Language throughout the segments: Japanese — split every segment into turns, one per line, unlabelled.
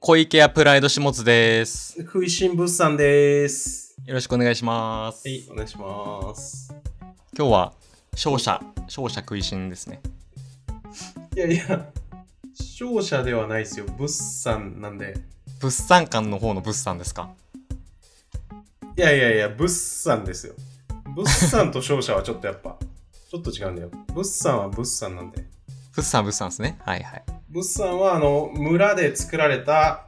小池屋プライド下津です。
食いしん物産です。
よろしくお願いします。
はい、お願いします。
今日は勝者、勝者食いしんですね。
いやいや、勝者ではないですよ。物産なんで。
物産館の方の物産ですか
いやいやいや、物産ですよ。物産と勝者はちょっとやっぱ、 ちょっと違うんだよ。物産は物産なんで。
物産物産ですね。はいはい。
物産はあの、村で作られた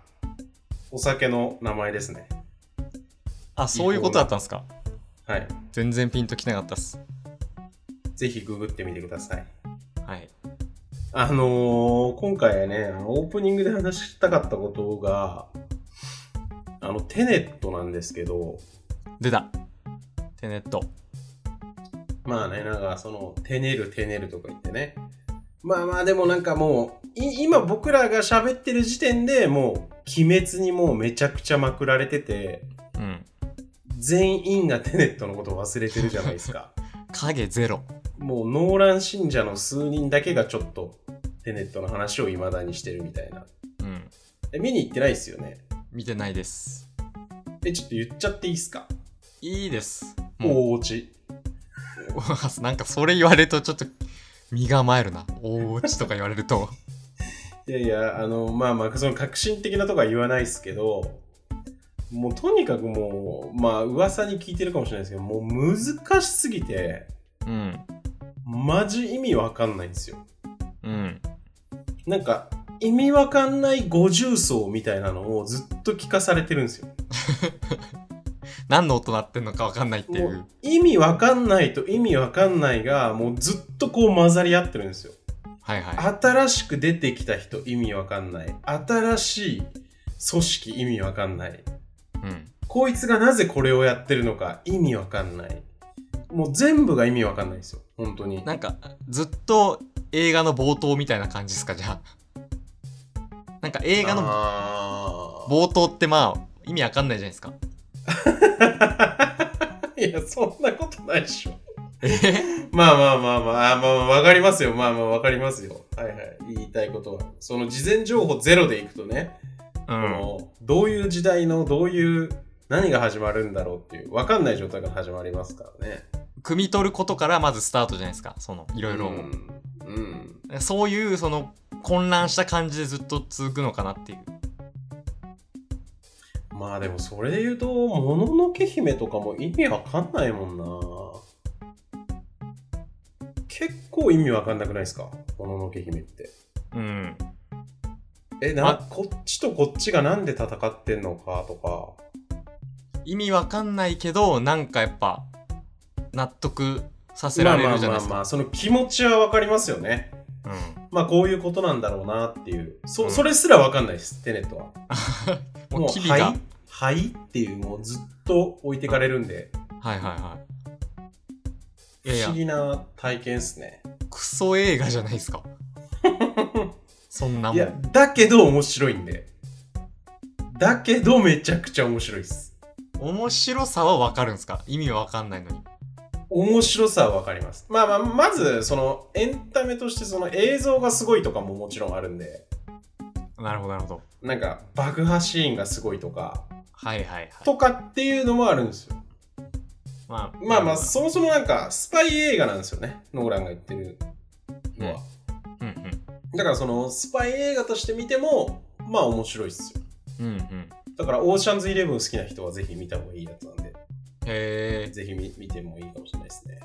お酒の名前ですね。
あ、そういうことだったんですか
はい。
全然ピンときなかったっす。
ぜひググってみてください。
はい。
あのー今回ね、あのオープニングで話したかったことが、あの、テネットなんですけど、
出た。テネット。
まあね、なんかその、てねるてねるとか言ってね。まあまあでもなんかもう、い今僕らが喋ってる時点でもう、鬼滅にもうめちゃくちゃまくられてて、
うん。
全員がテネットのことを忘れてるじゃないですか。
影ゼロ。
もうノーラン信者の数人だけがちょっと、テネットの話を未だにしてるみたいな。
うん。
え、見に行ってないっすよね。
見てないです。
え、ちょっと言っちゃっていいっすか
いいです。も
大落ち。
う、 なんかそれ言われるとちょっと身構えるな。大落ちとか言われると。
いやいや、あの、まあまあ、その革新的なとかは言わないですけど、もうとにかくもう、まあ噂に聞いてるかもしれないですけど、もう難しすぎて、
うん。
マジ意味わかんないんですよ。
うん。
なんか、意味わかんない五重奏みたいなのをずっと聞かされてるんですよ。
何の音鳴ってんのかわかんないってい
も
う
う。意味わかんないと意味わかんないが、もうずっとこう混ざり合ってるんですよ。
はいはい。
新しく出てきた人意味わかんない。新しい組織意味わかんない。
うん。
こいつがなぜこれをやってるのか意味わかんない。もう全部が意味わかんないですよ。本当に。
なんか、ずっと映画の冒頭みたいな感じですか、じゃあ。なんか映画の
あ
冒頭ってまあ、意味わかんないじゃないですか。
ー いや、そんなことないでしょ。まあまあまあまあ、あーまあまあ、わかりますよ。まあまあ、わかりますよ。はいはい。言いたいことは。その事前情報ゼロでいくとね、
う
こ
ん。
のどういう時代のどういう何が始まるんだろうっていう、わかんない状態から始まりますからね。
汲み取ることからまずスタートじゃないですか、その、いろいろ
う。ん。うん
そういう、その、混乱した感じでずっと続くのかなっていう。
まあでもそれで言うと、もののけ姫とかも意味わかんないもんな。結構意味わかんなくないですかもののけ姫って。
うん。
え、
あ
な、こっちとこっちがなんで戦ってんのかとか。
意味わかんないけど、なんかやっぱ、納得させられるじゃないです
まあまあまあま
か。
あ、その気持ちはわかりますよね。
うん。
まあこういうことなんだろうなっていう。そ,、
うん
それすらわかんないです、テネットは。
もう、機微が。
は
はい
いはいっていう、もうずっと置いてかれるんで、
はいはい。いやい
不
や
思。議な体験ですね。
クソ映画じゃない ですかそんないも
や
ん、
だけど面白いんで。だけどめちゃくちゃ面白いです。
面白さはわかるんですか意味わかんないのに
面白さはわかります。まあまあ、まず、その、エンタメとして、その映像がすごいとかももちろんあるんで、
なるほどなるほど
なんか、爆破シーンがすごいとか、
はいはいはい
とかっていうのもあるんですよ。
まあ
まあまあ、そもそもなんか、スパイ映画なんですよね。ノーランが言ってるのは。
うんうん
だから、その、スパイ映画として見ても、まあ面白いっすよ。
うんうん
だから、オーシャンズイレブン好きな人はぜひ見た方がいいやつなんで、
へえ
ぜひ見見てもいいかもしれないですね。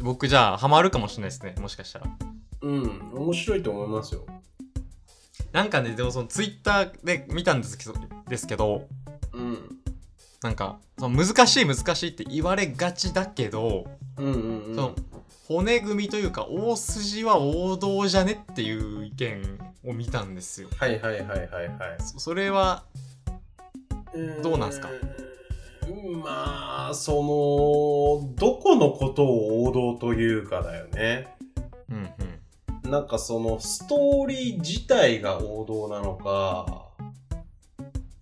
僕じゃあハマるかもしれないですねもしかしたら
うん、面白いと思いますよ。
なんかねでもそのツイッターで見たんですけどですけど
うん。
なんかその難しい難しいって言われがちだけど
うんうんうん。
そう骨組みというか大筋は王道じゃねっていう意見を見たんですよ
はいはいはいはいは。
そそれはいどうなんすか
うんまあ、その、どこのことを王道というかだよね。
うんうん
なんかその、ストーリー自体が王道なのか、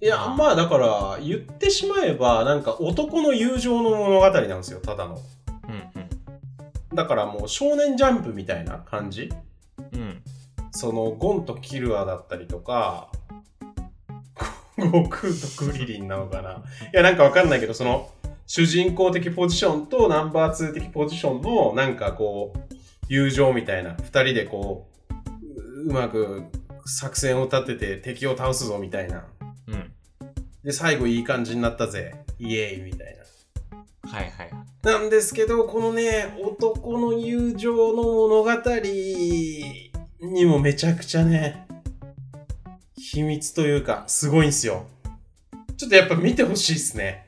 いや、まあだから、言ってしまえば、なんか男の友情の物語なんですよ、ただの。
うん
だからもう少年ジャンプみたいな感じ
うんうん
そのゴンとキルアだったりとか 悟空とクリリンなのかな。いや、なんかわかんないけど、その、主人公的ポジションとナンバー2的ポジションの、なんかこう、友情みたいな、二人でこう、ううまく作戦を立てて敵を倒すぞみたいな。
うん。
で、最後いい感じになったぜ。イエーイみたいな。
はいはい。
なんですけど、このね、男の友情の物語にもめちゃくちゃね、秘密というか、すごいんすよ。ちょっとやっぱ見てほしいっすね。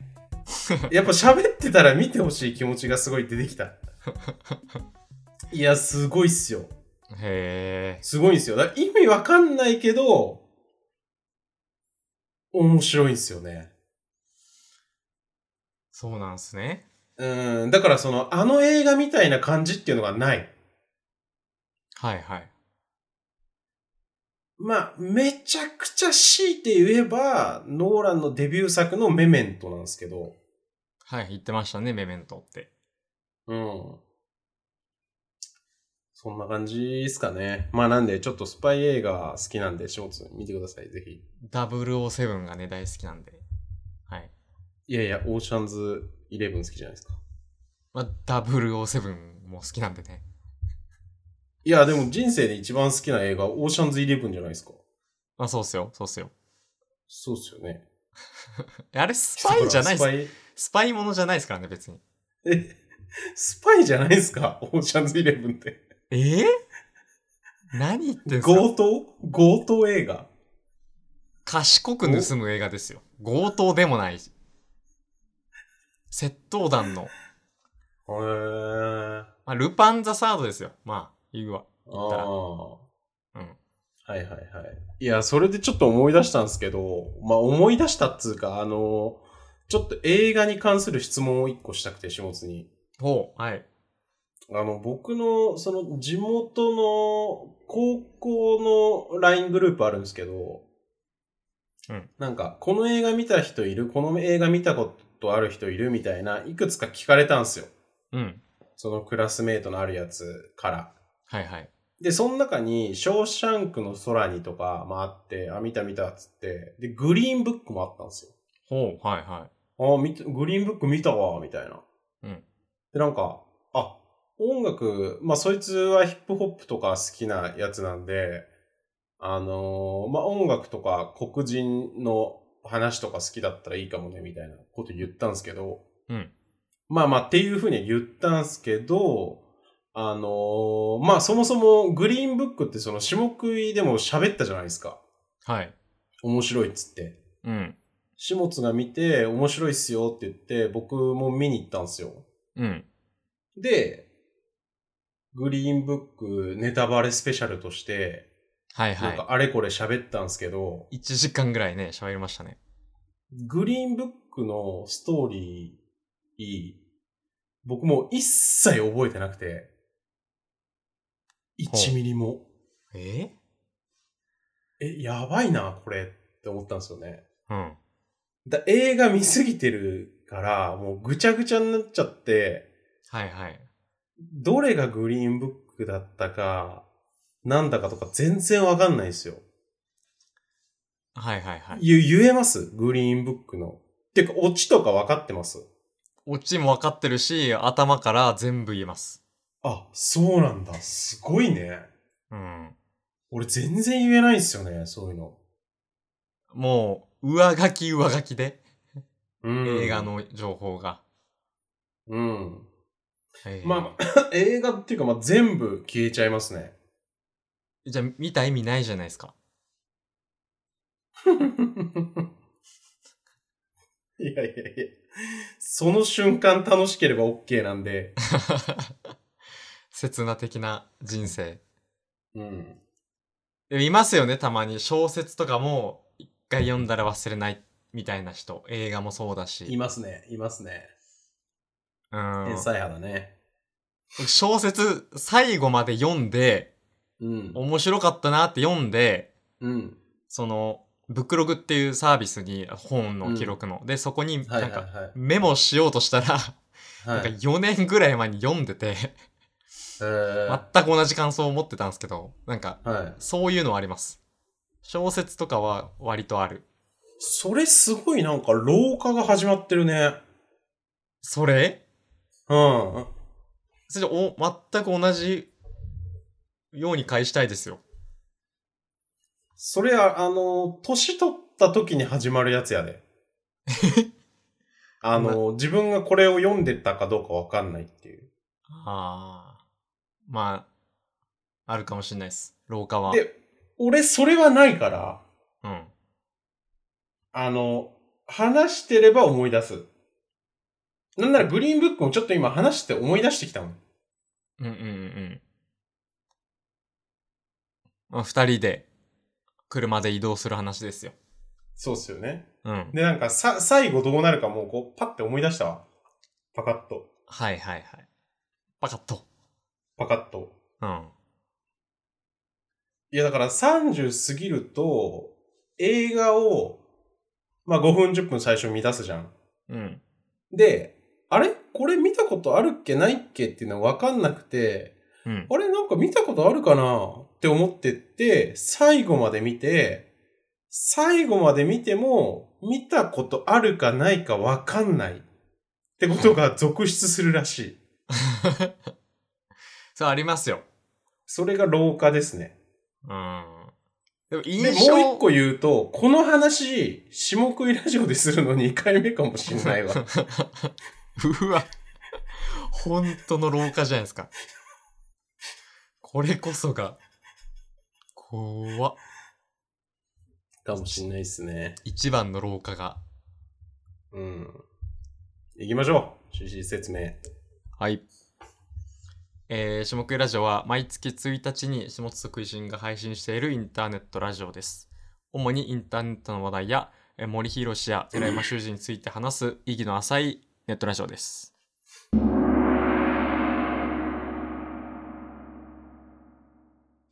やっぱ喋ってたら見てほしい気持ちがすごい出てきた。いや、すごいっすよ。
へえ。
すごいんすよ。だから意味わかんないけど、面白いんすよね。
そうなんすね。
うん、だからその、あの映画みたいな感じっていうのがない。
はいはい。
まあ、めちゃくちゃ強いて言えば、ノーランのデビュー作のメメントなんですけど、
はい、言ってましたね、メメントって。
うん。そんな感じですかね。まあなんで、ちょっとスパイ映画好きなんで、シモツ見てください、ぜひ。
007がね、大好きなんで。はい。
いやいや、オーシャンズイレブン好きじゃないですか。
まあ、007も好きなんでね。
いや、でも人生で一番好きな映画、オーシャンズイレブンじゃないですか。
まあ、そうっすよ、そうっすよ。
そうっすよね。
えあれ、スパイじゃないっ
スパ
す。
イ、
スパイものじゃないですからね、別に。
え、スパイじゃないですか、オーシャンズイレブンって。
えー、何言ってんすか
強盗強盗映画
賢く盗む映画ですよ。強盗でもないし。窃盗団の、
へー。
まあ、ルパンザサードですよ。まあ、言うわ。言ったら。
ああ。
うん
はいはいはい。いや、それでちょっと思い出したんですけど、まあ思い出したっつうか、あの、ちょっと映画に関する質問を一個したくて、下津に。
ほう、はい。
あの、僕の、その、地元の、高校の LINE グループあるんですけど、
うん。
なんか、この映画見た人いるこの映画見たことある人いるみたいな、いくつか聞かれたんですよ。
うん。
そのクラスメートのあるやつから。
はいはい。
で、その中に、ショーシャンクの空にとか、まああって、あ、見た見たっつって、で、グリーンブックもあったんです
ほう、はいは
よ。あ、見た、グリーンブック見たわ、みたいな。
うん。
で、なんか、あ、音楽、まあそいつはヒップホップとか好きなやつなんで、あのーまあ音楽とか黒人の話とか好きだったらいいかもね、みたいなこと言ったんですけど、
うん。
まあまあっていうふうに言ったんすけど、あのーまあそもそもグリーンブックってその下食いでも喋ったじゃないですか。
い。はい。
面白いっつって。
うん。
下津が見て面白いっすよって言って僕も見に行ったんすよ。
うん。
で、グリーンブックネタバレスペシャルとして、
はいは
なん
い
か。あれこれ喋ったんすけど、
1時間ぐらいね、喋りましたね。
グリーンブックのストーリー、僕もう一切覚えてなくて、1ミリも。
え
え、やばいな、これって思ったんですよね。
うん。
だ映画見すぎてるから、もうぐちゃぐちゃになっちゃって、
はいはい。
どれがグリーンブックだったか、なんだかとか全然わかんないんですよ。
はいはいはい。
ゆ、言えますグリーンブックの。てか、オチとかわかってます
オチも分かってるし、頭から全部言えます。
あ、そうなんだ。すごいね。
うん。
俺全然言えないんすよね、そういうの。
もう、上書き上書きで、
うん
映画。の情報が。
うん。
えー
まあ、映画っていうか、まあ、全部消えちゃいますね。
じゃあ、見た意味ないじゃないですか。
いやいやいや。その瞬間楽しければ OK なんで。
刹那的な人生。
うん。
でもいますよね、たまに。小説とかも、一回読んだら忘れない、みたいな人。映画もそうだ
い
し。
ますね、いますね。
うん
天。才派だね。
小説、最後まで読んで、
うん。
面白かったなって読んで、
うん。
その、ブックログっていうサービスに本の記録の。で、そこに
はい
な
は
ん
いは
かメモしようとしたら、
い。はい
なんか4年ぐらい前に読んでて、
えー
全く同じ感想を持ってたんですけど、なんか、
はい。
そういうのはあります。小説とかは割とある。
それすごいなんか老化が始まってるね。
それ
うん。
それお全く同じように返したいですよ。
それは、あの、年取った時に始まるやつや で。あの、自分がこれを読んでたかどうかわかんないっていう。
ああ。まあ、あるかもしれないです。老化は。
で、俺それはないから、
うん。
あの、話してれば思い出す。なんならグリーンブックもちょっと今話して思い出してきたもん。
うんうんうんうん。まあ、二人で車で移動する話ですよ。
そうっすよね。
うん。
で、なんかさ、最後どうなるかもうこう、パッて思い出したわ。パカッと。
はいはいはい。パカッと。
パカッと。
うん。
いや、だから30過ぎると、映画を、まあ5分10分最初見出すじゃん。
うん。
で、あれこれ見たことあるっけないっけっていうのがわかんなくて、
うん。
あれなんか見たことあるかなって思ってって、最後まで見て、最後まで見ても、見たことあるかないかわかんないってことが続出するらしい。
そう、ありますよ。
それが老化ですね。
うん。でも
で、もう
印象
一個言うと、この話、下食いラジオでするの2回目かもしんない わ。
うわ。本当の老化じゃないですか。これこそが、怖っ
かもしんないですね。
一番の老化が。
うん。行きましょう。趣旨説明。
はい。えー、下食いラジオは毎月1日に下津食いしんが配信しているインターネットラジオです。主にインターネットの話題や、えー森博氏や寺山修司について話す意義の浅いネットラジオです。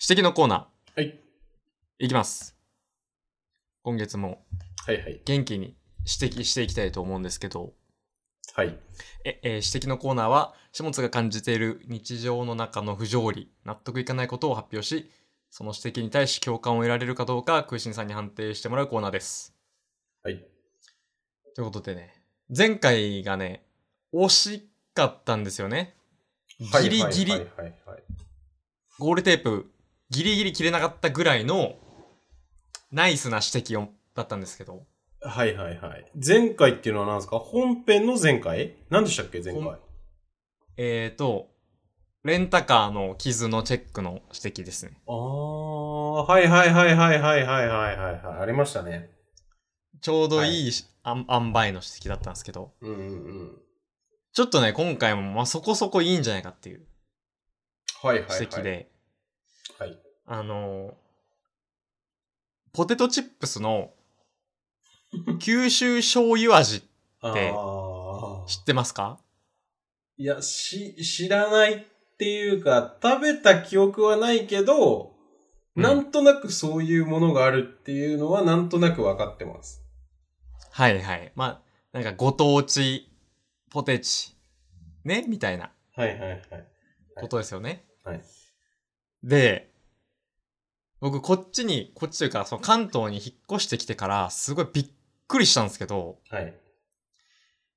指摘のコーナー。
はい。
いきます。今月も
はいはい。
元気に指摘していきたいと思うんですけど、
はい。
え、えー指摘のコーナーは、下津が感じている日常の中の不条理、納得いかないことを発表し、その指摘に対し共感を得られるかどうか、空心さんに判定してもらうコーナーです。
はい。
ということでね、前回がね、惜しかったんですよね。ギリギリ、
はいはいはいはい。
ゴールテープ、ギリギリ切れなかったぐらいの、ナイスな指摘をだったんですけど、
はいはいはい。前回っていうのは何ですか本編の前回何でしたっけ前
本
回。
えーと、レンタカーの傷のチェックの指摘ですね。
あー、はいはいはいはいはいはいはいはいはい。ありましたね。
ちょうどいいし、あん塩梅の指摘だったんですけど、
うんうんうん。
ちょっとね、今回も、まあ、そこそこいいんじゃないかっていう
はいはいはい。
指摘で、。
はい。
あのーポテトチップスの九州醤油味
あ
で
ー。
知ってますか
いや、し、知らないっていうか、食べた記憶はないけど、
うん
なんとなくそういうものがあるっていうのはなんとなく分かってます。
はいはい。まあ、なんかご当地、ポテチ、ねみたいな
はいはいはい。
ことですよね。
はい
で、僕こっちに、こっちというか、その関東に引っ越してきてから、すごいびっくりしたんですけど、
はい。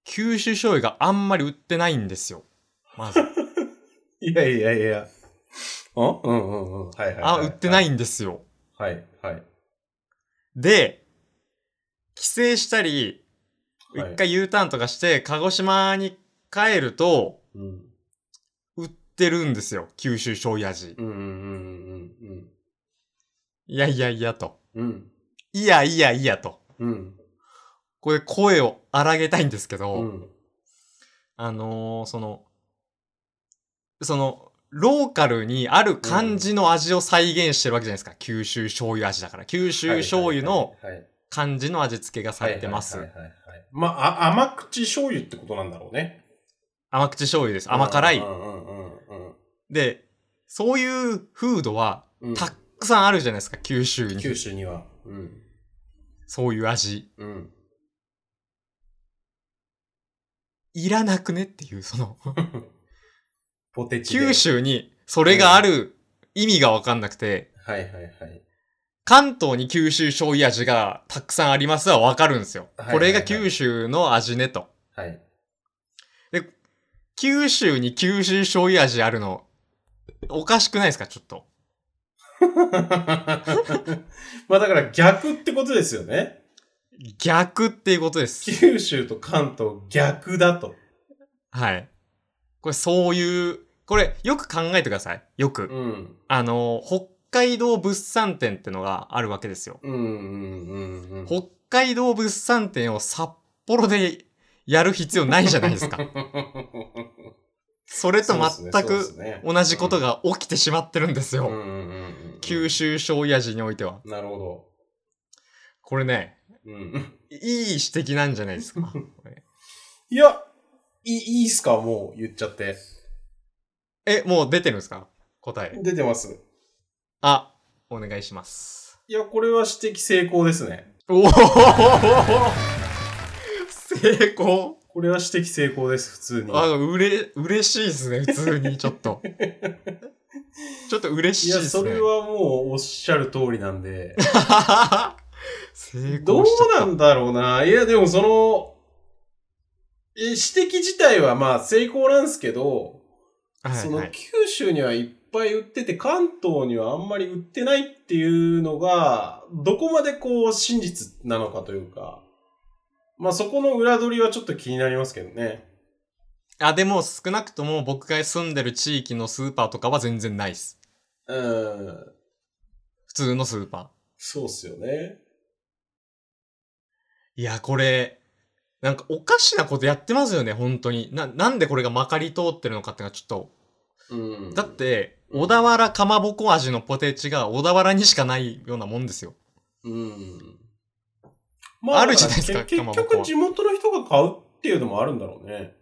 九州醤油があんまり売ってないんですよ。まず。
いやいやいや。あうんうんうん。はいはい、はい。。
あ、売ってないいんですよ。
はいはい。
で、帰省したり、
はい
一回 U ターンとかして、鹿児島に帰ると、
うん。
売ってるんですよ。九州醤油味
う。んうんうんうん
いやいやいやと。
うん。うん。
いやいやいやと。
うん。
これ声を荒げたいんですけど、
うん。
あのー、その、その、ローカルにある感じの味を再現してるわけじゃないですか。九州醤油味だから。九州醤油の
はいはい
感じの味付けがさ
はい、
れてます
はい。はいはいはいまあ、あ、甘口醤油ってことなんだろうね。
甘口醤油です。甘辛
う
い。
んうんうんうん
で、そういうフードは
うん。
たくさんあるじゃないですか、九州に。
九州には。うん。
そういう味。
うん。
いらなくねっていう、その、
ポテチで。
九州にそれがある意味がわかんなくて、
はいはいはい。
関東に九州醤油味がたくさんありますはわかるんですよ
はい。はい
こ
はい
れが九州の味ねと。
はい。
九州に九州醤油味あるの、おかしくないですかちょっと。
まあだから逆ってことですよね。
逆っていうことです。
九州と関東逆だと。
はい。これそういう、これよく考えてください。よく。
うん。
あの、北海道物産展ってのがあるわけですよ。
うんうんうんうん。
北海道物産展を札幌でやる必要ないじゃないです か。それと全く同じこと
が
が起きてしまってるんですよ。九州
州。
醤油味においては。
なるほ
これね、
ど。うん。
いい指摘なんじゃないです か。これ
いや、いい、いいっすかもう言っちゃって。
え、もう出てるんですか答え。
出てます。
あ、お願いします。
いや、これは指摘成功ですね。
おお 成功
これは指摘成功です、普通に。
あ、うれ、嬉しいですね、普通に、ちょっと。ちょっと嬉し
い
い
や、
ですね。
それはもうおっしゃる通りなんで。
成
ど
功
う
しちゃった。
なんだろうな。いや、でもその、え指摘自体はまあ成功なんですけど、そ
は
の
い
九州にはいっぱい売ってて、関東にはあんまり売ってないっていうのが、どこまでこう真実なのかというか、まあそこの裏取りはちょっと気になりますけどね。
あ、でも少なくとも僕が住んでる地域のスーパーとかは全然ないっす。
うん。
普通のスーパ
そうっすよね。
ー。いや、これ、なんかおかしなことやってますよね、本当に。な、なんでこれがまかり通ってるのかっていうのはちょっと。
うん。
だっ、て、小田原かまぼこ味のポテチが小田原にしかないようなもんですよ。
うん。まあ、
あるじゃないですか
だらけ
かま
結
ぼこ
局
は
地元の人が買うっていうのもあるんだろうね。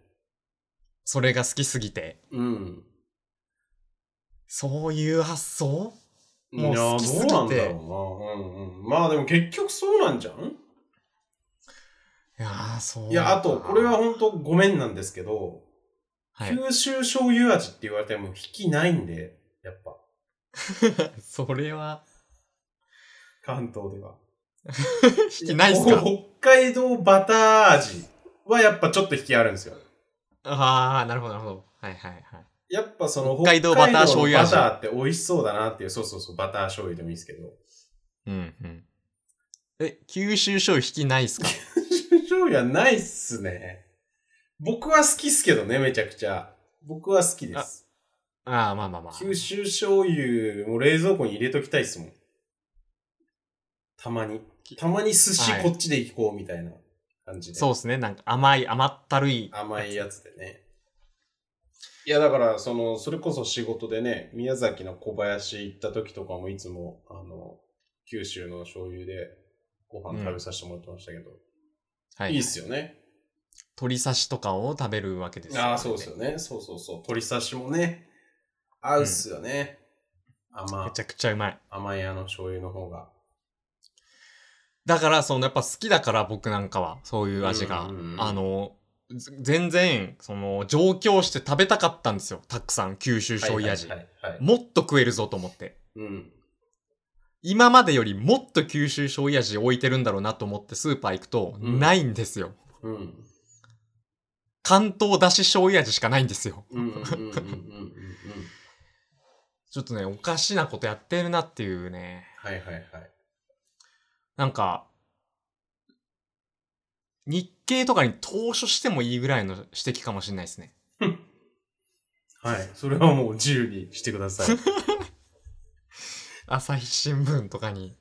それが好きすぎて。
うん。
そういう発想もう
いや
好きすぎて
どうなんだろうな。うんうん。まあでも結局そうなんじゃん
いやー、そう。
いや、あと、これは、本当ごめんなんですけど、
はい。
九州醤油味って言われても引きないんで、やっぱ、
それは、
関東では。
引きないっすか
こう北海道バター味はやっぱちょっと引きあるんですよ。
ああ、なるほど、なるほど。はいはいはい。
やっぱその
北海道バター醤油味
北海道のバターって美味しそうだなっていう、そうそうそう、バター醤油でもいいですけど。
うんうん。え、九州醤油引きないっすか
醤油はないっすね。僕は好きっすけどね、めちゃくちゃ。僕は好きです。
ああ、まあまあまあ。
九州醤油も冷蔵庫に入れときたいっすもん。たまに。たまに寿
は
司
い
こっちで行こうみたいな感じで。
そうですね。なんか甘い、甘ったるい。
甘いやつでね。いや、だから、その、それこそ仕事でね、宮崎の小林行った時とかもいつも、あの、九州の醤油でご飯食べさせてもらってましたけど、
はい
いっすよね。
鶏刺しとかを食べるわけですよ
ああ、そうですよね。そうそうそう。鶏刺しもね、合うっすよね。
め
甘
ち、ゃくちゃうまい。
甘いあの醤油の方が。
だから、その、やっぱ好きだから、僕なんかは、そういう味が。
うんうんうん
あの、ず全然、その、上京して食べたかったんですよ。たくさん、九州醤油味。
はいはいはいはい
もっと食えるぞと思って。
うん。
今までよりもっと九州醤油味置いてるんだろうなと思ってスーパー行くと、
うん
ないんですよ。
うん。
関東だし醤油味しかないんですよ。
うんうんうんうんうんうんうん。
ちょっとね、おかしなことやってるなっていうね。
はいはいはい。
なんか、日経とかに投書してもいいぐらいの指摘かもしれないですね。
はい。それはもう自由にしてください。
朝日新聞とかに。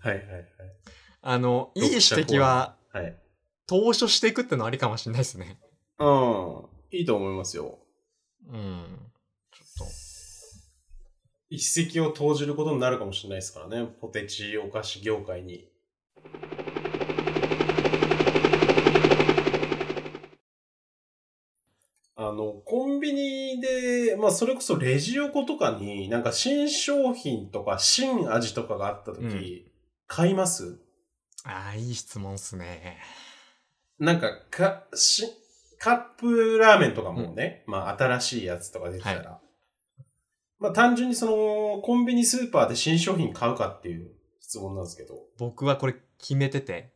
はいはいはい。
あの、いい指
読者コー
摘
ナ
は
ー。はい。
投書していくってのありかもしれないですね。
うん。いいと思いますよ。
うん。ちょっと。
一石を投じることになるかもしれないですからね。ポテチお菓子業界に。あの、コンビニで、まあ、それこそレジ横とかに、なんか新商品とか新味とかがあった時、
うん
買います
ああ、いい質問っすね。
なんか、か、し、カップラーメンとかもね、まあ新しいやつとか出てたら、まあ単純にその、コンビニスーパーで新商品買うかっていう、質問なんですけど。
僕はこれ決めてて、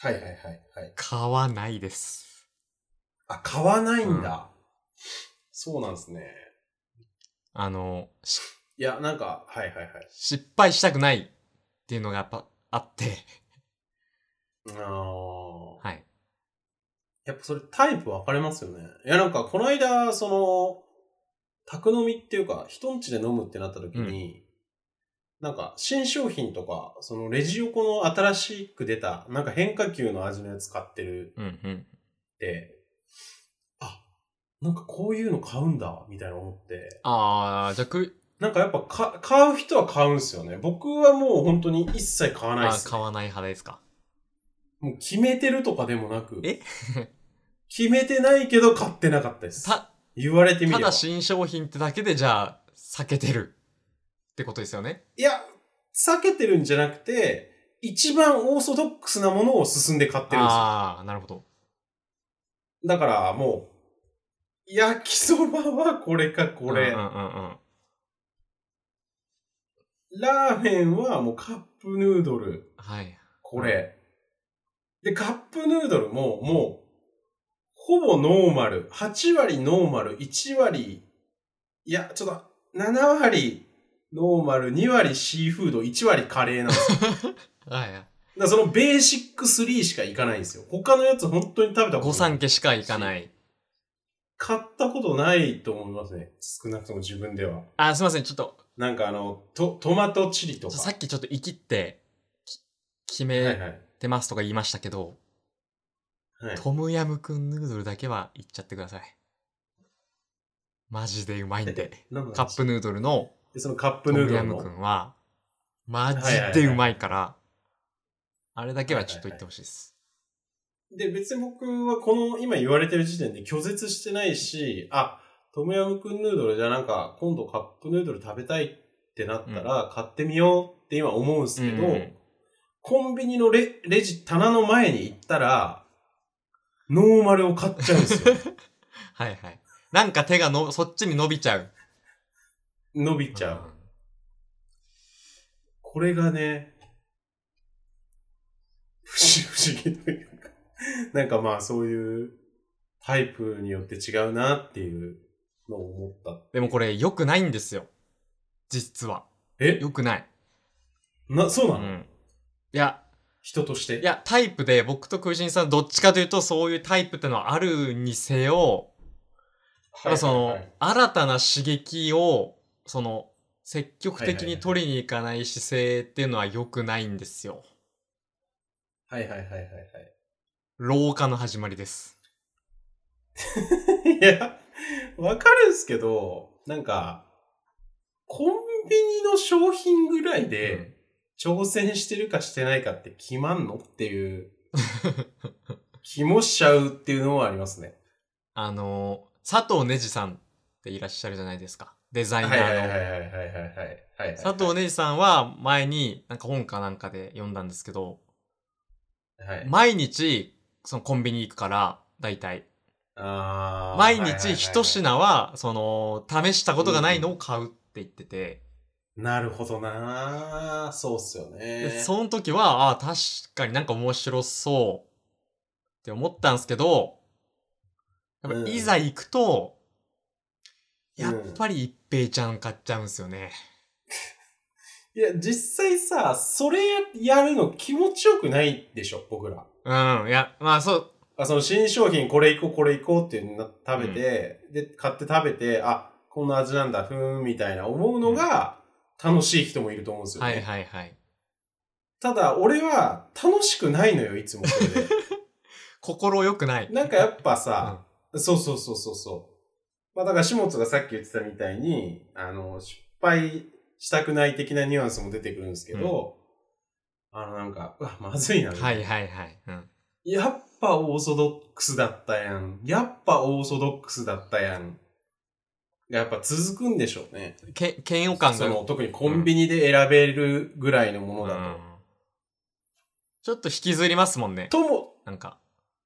はいはいはいはい。
買わないです。
あ、買わないんだ。そうなんですね。
あの、し
いや、なんか、はいはいはい。
失敗したくないっていうのがやっぱあって、
あー
はい。
やっぱそれタイプ分かれますよね。いやなんかこの間、その、宅飲みっていうか、人んちで飲むってなった時に、なんか新商品とか、そのレジ横の新しく出た、なんか変化球の味のやつ買ってる
うんうん。
って、あ、なんかこういうの買うんだ、みたいな思って。
あー、じゃあく、
なんかやっぱか買う人は買うんすよね。僕はもう本当に一切買わない
あ
っ
ー
す、ね
買。わない派ですか。
もう決めてるとかでもなく。
え
決めてないけど買ってなかったです。
た、
言われてみれ
た
ば。
だ新商品ってだけでじゃあ、避けてるってことですよね。
いや、避けてるんじゃなくて、一番オーソドックスなものを進んで買ってるんですよ。
あー、なるほど。
だからもう、焼きそばはこれかこれ、
うんうんうんうん。
ラーメンはもうカップヌードル、
はい。
これ。で、カップヌードルももう、ほぼノーマル、8割ノーマル、1割、いや、ちょっと、7割ノーマル、2割シーフード、1割カレーなんですよ
はいはい。
だからそのベーシック3しかいかないんですよ。他のやつ本当に食べたこと
御
ない
三。家しか行かない。
買ったことないと思いますね。少なくとも自分では。
あー、すいません。ちょっと、
なんかあの、とトマトチリとか。
さっきちょっと生きって、き決
はい
め
はい。
てますとか言いましたけど、
はい、
トムヤムクンヌードルだけは言っちゃってください。マジでうまいんで。
なんだ
カップヌードルの
でそのカッ
ト
プヌー
ム
ド
ヤ
ル
ム
の
ク。ンは、マジでうまいから、あれだけはちょっと言ってほしいです。
で、別に僕はこの今言われてる時点で拒絶してないし、あ、トムヤムクンヌードルじゃなんか今度カップヌードル食べたいってなったら買ってみようって今思うんですけど、
うん
コンビニのレレジ、棚の前に行ったら、ノーマルを買っちゃう んですよ。
はいはい。なんか手がの、そっちに伸びちゃう。
伸びちゃう。これがね、不思不思議というか、なんかまあそういうタイプによって違うなっていうのを思った。
でもこれ良くないんですよ。実は。
え
良くない。
な、そう
う
なの、
ん。いや、
人として。
いや、タイプで僕と空人さんどっちかというとそういうタイプってのはあるにせよ、だか
は
ら
い、
その、
はいはい
新たな刺激を、その、積極的
はいはいは
に
い
取りに行かない姿勢っていうのは良くないんですよ。
はいはいはいはい
老化の始まりです。
はい。いや、わかるんすけど、なんか、コンビニの商品ぐらいで、
うん
挑戦してるかしてないかって決まんのっていう 気もしちゃうっていうのはありますね。
あのー、佐藤ねじさんっていらっしゃるじゃないですか。デザ
は
イ
い
ナ
はいは
ー
いはい
の。
はいはいはい。
佐藤ねじさんは前になんか本かなんかで読んだんですけど、
はい。
毎日そのコンビニ行くから、大体。
あー
毎日一。
はいはいはい
品は、その、試したことがないのを買うって言ってて、
なるほどなーそうっすよ
で
ね。
その時は、ああ、確かになんか面白そうって思ったんですけど、やっ
う
ぱ
ん
いざ行くと、
うん
やっぱり一平ちゃん買っちゃうんですよね。
いや、実際さ、それやるの気持ちよくないでしょ、僕ら。
うん、いや、まあそう、
あその新商品これいこうこれいこうってな食べて、で、買って食べて、あ、こんな味なんだ、ふーん、みたいな思うのが楽しい人もいると思うんですよね。
はいはいはい。
ただ、俺は楽しくないのよ、いつもそれで。
心良くない。
なんかやっぱさ、そうそうそうそうそう。まあだから、始末がさっき言ってたみたいに、あの、失敗したくない的なニュアンスも出てくるんですけど、あのなんか、うわ、まずいな。
はいはいはい。うん。
やっぱオーソドックスだったやん。やっぱオーソドックスだったやん。がやっぱ続くんでしょうね。
け、嫌悪感が
その、特にコンビニで選べるぐらいのものだ
うんちょっと引きずりますもんね。
と。とも、
なんか。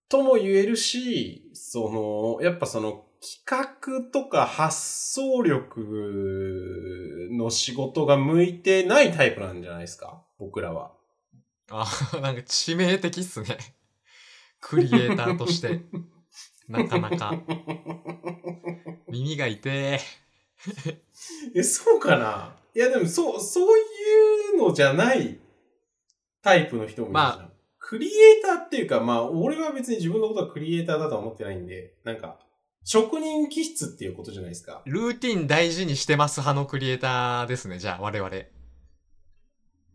とも言えるし、その、やっぱその企画とか発想力の仕事が向いてないタイプなんじゃないですか僕らは。
あ、 なんか致命的っすね。クリエイターと して。なかなか。耳が痛え。
え、そうかないや、でも、そう、そういうのじゃないタイプの人もいるじゃん。
ま
クリエイターっていうか、まあ、俺は別に自分のことはクリエイターだとは思ってないんで、なんか、職人気質っていうことじゃないですか。
ルーティン大事にしてます派のクリエイターですね、じゃあ我々。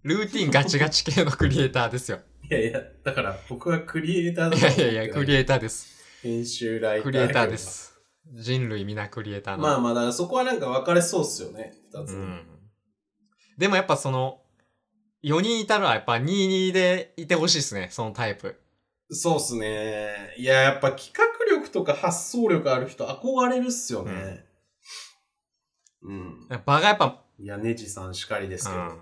ルーティンガチガチ系のクリエイターです よ。
いやいや、だから僕はクリエイターだ
い
と思
や
っ
い
てない。
やいや、クリエイターです。
編集ライター。
クリエイターで。す。人類皆クリエイターなの
まあまあ、だからそこはなんか分かれそうっすよね。二つ
う
に。
ん。でもやっぱその、4人いたらやっぱ22でいてほしいですね、そのタイプ。
そうっすね。いや、やっぱ企画力とか発想力ある人憧れるっすよね。うん。
場がやっぱ、
いや、ネジさんしかりですけど。
うん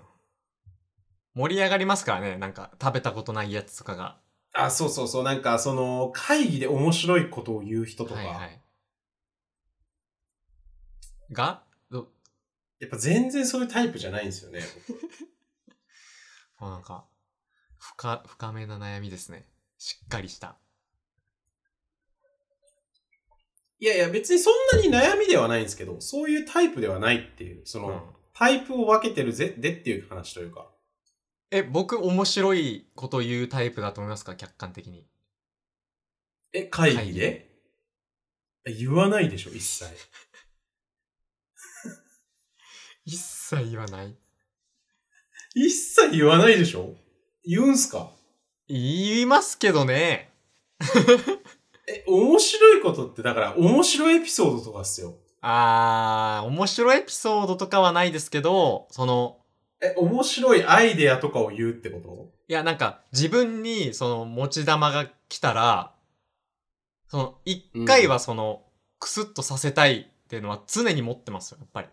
盛り上がりますからね、なんか食べたことないやつとかが。
あ、そうそうそう。なんか、その、会議で面白いことを言う人とか、
はいはい。がど
やっぱ全然そういうタイプじゃないんですよね。
もうなんか、深、深めな悩みですね。しっかりした。
いやいや、別にそんなに悩みではないんですけど、そういうタイプではないっていう、その、
うん
タイプを分けてるぜ、でっていう話というか。
え、僕、面白いこと言うタイプだと思いますか客観的に。
え、会議でえ言わないでしょ、一切。
一切言わない。
一切言わないでしょ言うんすか
言いますけどね。
え、面白いことって、だから、面白いエピソードとかっすよ。
あー、面白いエピソードとかはないですけど、その、
え、面白いアイデアとかを言うってこと
いや、なんか、自分に、その、持ち玉が来たら、その、一回はその、クスッとさせたいっていうのは常に持ってますよ、やっぱり。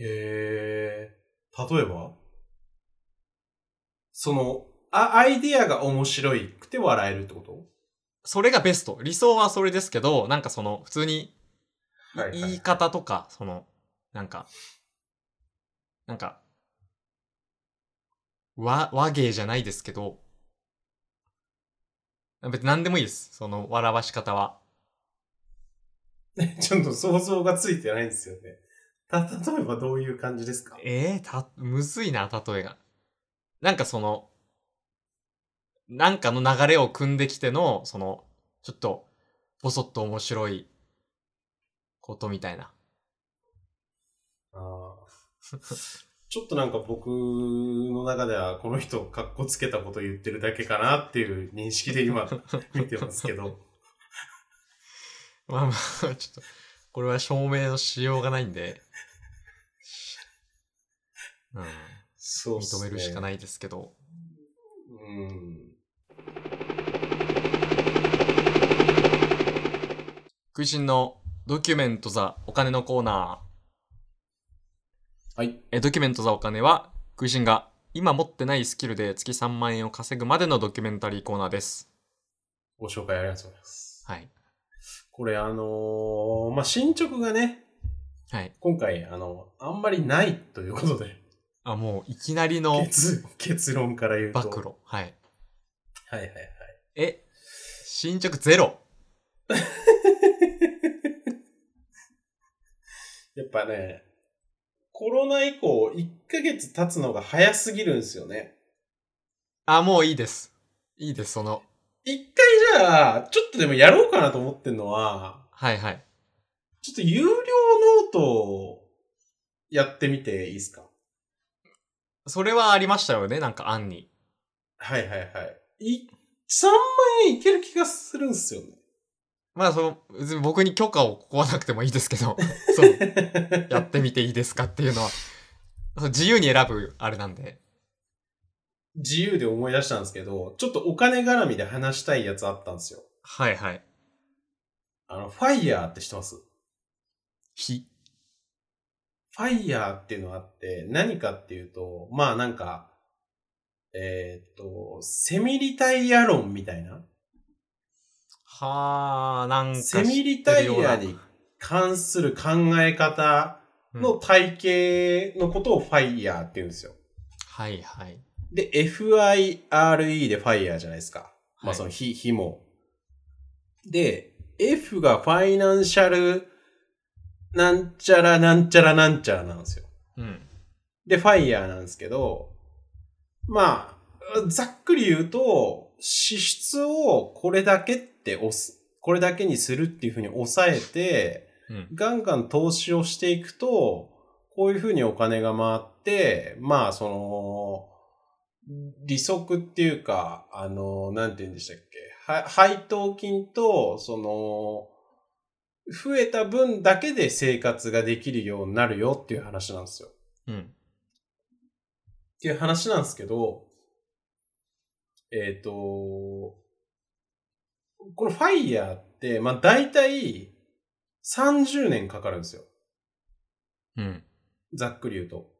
へー。例えばその、あ、アイデアが面白いくて笑えるってこと
それがベスト。理想はそれですけど、なんかその、普通に、
はいはい
言い方とか、その、なんか、なんか、わ、和芸じゃないですけど、別に何でもいいです。その、笑わし方は。
ちょっと想像がついてないんですよね。た、例えばどういう感じですか
ええた、むずいな、例えが。なんかその、なんかの流れを組んできての、その、ちょっと、ぼそっと面白いことみたいな。
あー ちょっとなんか僕の中ではこの人かっこつけたこと言ってるだけかなっていう認識で 今見てますけど。
まあまあ、ちょっと、これは証明のしようがないんで、うん、
そうっす
認
ね
めるしかないですけど。
うん。
食いしんのドキュメントザお金のコーナー。
はい。
えードキュメント・ザ・お金は、食いしんが今持ってないスキルで月3万円を稼ぐまでのドキュメンタリーコーナーです。
ご紹介ありがとうございます。
はい。
これあのー、まあ、進捗がね、
はい。
今回、あの、あんまりないということで、
あ、もういきなりの
結結論から言うと。
暴露。はい。
はいはいはい。
え、進捗ゼロ。
やっぱね、コロナ以降、1ヶ月経つのが早すぎるんですよね。
あ、もういいです。いいです、その。
一回じゃあ、ちょっとでもやろうかなと思ってんのは、
はいはい。
ちょっと有料ノートをやってみていいですか
それはありましたよね、なんか案に。
はいはいはい。い、3万円いける気がするんすよね。
まあ、その、別に僕に許可をこわなくてもいいですけど、 そう、やってみていいですかっていうのは、そう自由に選ぶあれなんで。
自由で思い出したんですけど、ちょっとお金絡みで話したいやつあったんですよ。
はいはい。
あの、ファイヤーって知ってます
非。
ファイヤーっていうのがあって、何かっていうと、まあなんか、えーっと、セミリタイヤ論みたいな。
はあ、なんか知
セ
ってる
ミ
よう
リ
な。
タイヤに関する考え方の体系のことをファイヤーって言うんですよ。
はいはい。
で、FIRE でファイヤーじゃないですか。
は
まあ
い
その火、火も。で、F がファイナンシャル、なんちゃらなんちゃらなんちゃらなんですよ。
うん。
で、ファイヤーなんですけど、まあ、ざっくり言うと、支出をこれだけって押す、これだけにするっていうふうに抑えて、
うん。
ガンガン投資をしていくと、こういうふうにお金が回って、まあ、その、利息っていうか、あの、なんて言うんでしたっけ、は配当金と、その、増えた分だけで生活ができるようになるよっていう話なんですよ。
うん。
っていう話なんですけど、えっ、と、このファイヤーって、まあ大体30年かかるんですよ。
うん。
ざっくり言うと。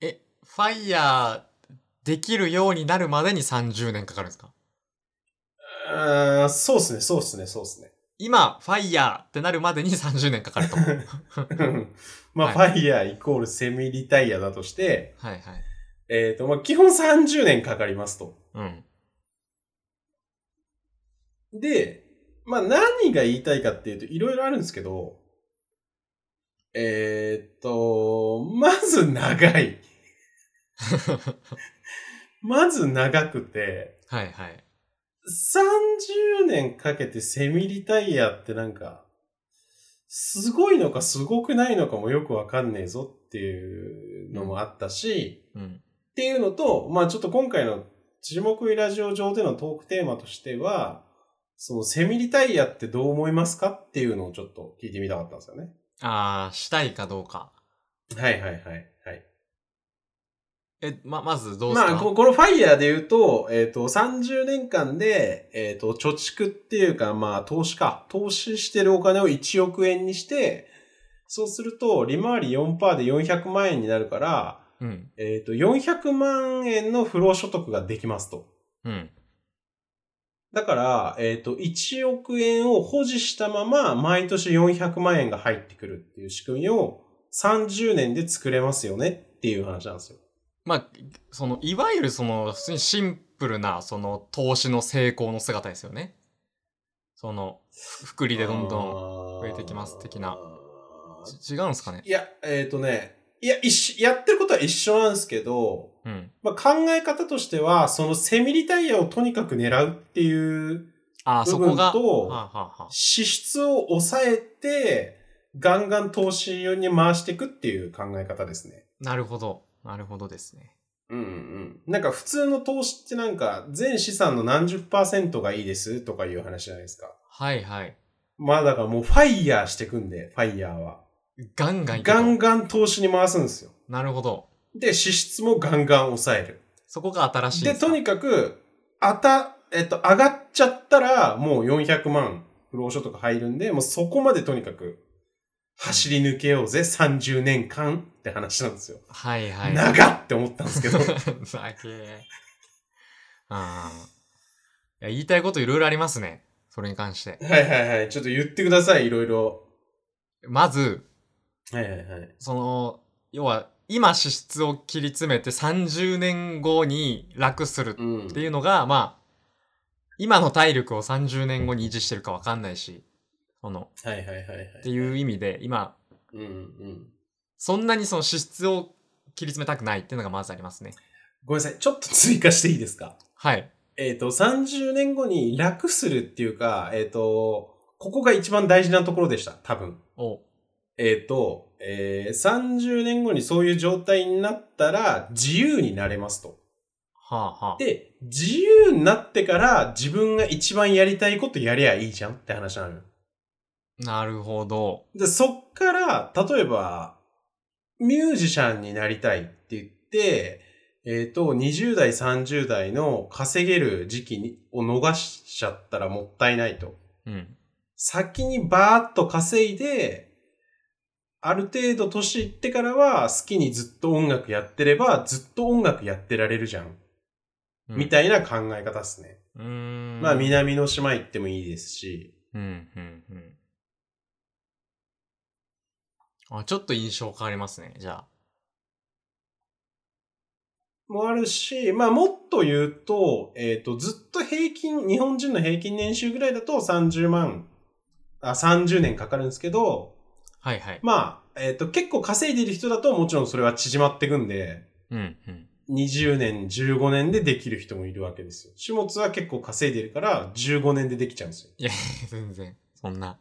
え、ファイヤーできるようになるまでに30年かかるんですか
あーそうっすね、そうっすね、そうっすね。
今、ファイヤーってなるまでに30年かかると。 はい
まあ、
は
ファイヤーイコールセミリタイヤだとして、
はい。
えっ、と、まあ基本30年かかりますと。
うん。
で、まあ何が言いたいかっていうと、いろいろあるんですけど、えっ、と、まず長い。まず長くて、
はいはい。
30年かけてセミリタイヤってなんか、すごいのかすごくないのかもよくわかんねえぞっていうのもあったし、
うん。
っていうのと、まあちょっと今回の地目ラジオ上でのトークテーマとしては、そのセミリタイヤってどう思いますかっていうのをちょっと聞いてみたかったんですよね。
あー、したいかどうか。
はいはいはい。はい。
え、ま、まずどうですか、
まあ、ここのファイヤーで言うと、えっ、と、30年間で、えっ、と、貯蓄っていうか、まあ、投資か。投資してるお金を1億円にして、そうすると、利回り4%で400万円になるから、
うん。
えっ、と、400万円の不労所得ができますと。
うん。
だから、えっ、と、1億円を保持したまま、毎年400万円が入ってくるっていう仕組みを、30年で作れますよねっていう話なんですよ。
まあ、その、いわゆるその、普通にシンプルな、その、投資の成功の姿ですよね。その、ふ福利でどんどん。
ん
増えてきます的なち違うんですかね
いや、えっ、とね、いや、一緒、やってることは一緒なんですけど、
うん。
まあ、考え方としては、そのセミリタイヤをとにかく狙うっていう、
あー、そこが、
部分と
はあ、はあはあ、
支出を抑えて、ガンガン投資に回していくっていう考え方ですね。
なるほど。なるほどですね。
うんうん。なんか普通の投資ってなんか、全資産の何十パーセントがいいですとかいう話じゃないですか。
はいはい。
まあだからもうファイヤーしてくんで、ファイヤーは。
ガンガンいくと
ガンガン投資に回すんですよ。
なるほど。
で、支出もガンガン抑える。
そこが新しい
で、
すか
とにかく、あた、えっと、上がっちゃったら、もう400万、不労所得入るんで、もうそこまでとにかく、走り抜けようぜ、30年間って話なんですよ。
はいはい。
長っって思ったんですけ ど。
だけー。あーいや言いたいこといろいろありますね。それに関して。
はいはいはい。ちょっと言ってください、いろいろ。
まず、
はいはいはい。
その、要は、今支出を切り詰めて30年後に楽する
うん。
っていうのが、まあ、今の体力を30年後に維持してるかわかんないし、その、
はいはいはいはい。
っていう意味で、今、
うんうん。
そんなにその支出を切り詰めたくないっていうのがまずありますね。
ごめんなさい、ちょっと追加していいですか
はい。
えっ、と、30年後に楽するっていうか、えっ、と、ここが一番大事なところでした、多分。
お、
えっ、と、えー、30年後にそういう状態になったら自由になれますと。
はあはあ。
で、自由になってから自分が一番やりたいことやりゃいいじゃんって話なのよ。
なるほど。
で、そっから、例えば、ミュージシャンになりたいって言って、えっ、と、20代、30代の稼げる時期にを逃しちゃったらもったいないと。
うん。
先にバーッと稼いで、ある程度年いってからは好きにずっと音楽やってればずっと音楽やってられるじゃん。み
い。
たいな考え方っすね。
うーん。
まあ南の島行ってもいいですし。
うん、うん、うん。あ、ちょっと印象変わりますね、じゃあ。
もあるし、まあもっと言うと、えっ、と、ずっと平均、日本人の平均年収ぐらいだと30万、あ、30年かかるんですけど、
はいはい。
まあ、えっ、と、結構稼いでる人だともちろんそれは縮まっていくんで、
うんうん。
20年、15年でできる人もいるわけですよ。種物は結構稼いでるから、15年でできちゃうんですよ。
いや、全然、そ んな、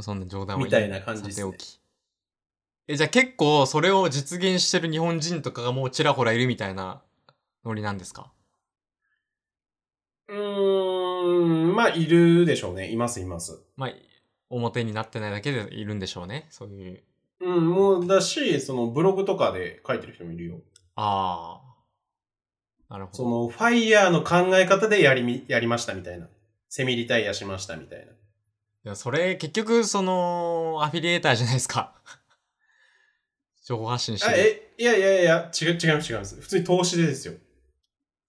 そんな冗談は
みたいな感じです
さ
ね
ておき。え、じゃあ結構それを実現してる日本人とかがもうちらほらいるみたいなノリなんですか
うーん、まあ、いるでしょうね。います、います。
まあ、表になってないだけでいるんでしょうね。そういう。
うん、もうだし、そのブログとかで書いてる人もいるよ。
ああ。なるほど。
その、ファイヤーの考え方でやりみ、やりましたみたいな。セミリタイヤしましたみたいな。
いや、それ、結局、その、アフィリエーターじゃないですか。 情報発信して
あ、
る。
え、いやいやいや、違う、違います、違います。普通に投資でですよ。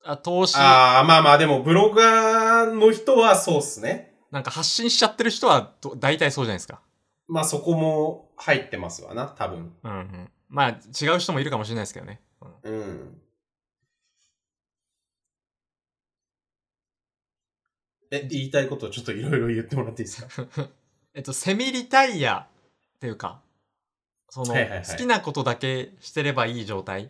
あ、投資、な
ああ、まあまあ、でも、ブロガーの人はそうっすね。
んか発信しちゃってる人はど、大体そうじゃないですか。
まあ、そこも入ってますわな、多分。
うんうん。まあ、違う人もいるかもしれないですけどね。うん
うん。え、言いたいことをちょっといろいろ言ってもらっていいですか
えっと、セミリタイヤっていうか、その、
はいはいはい
好きなことだけしてればいい状態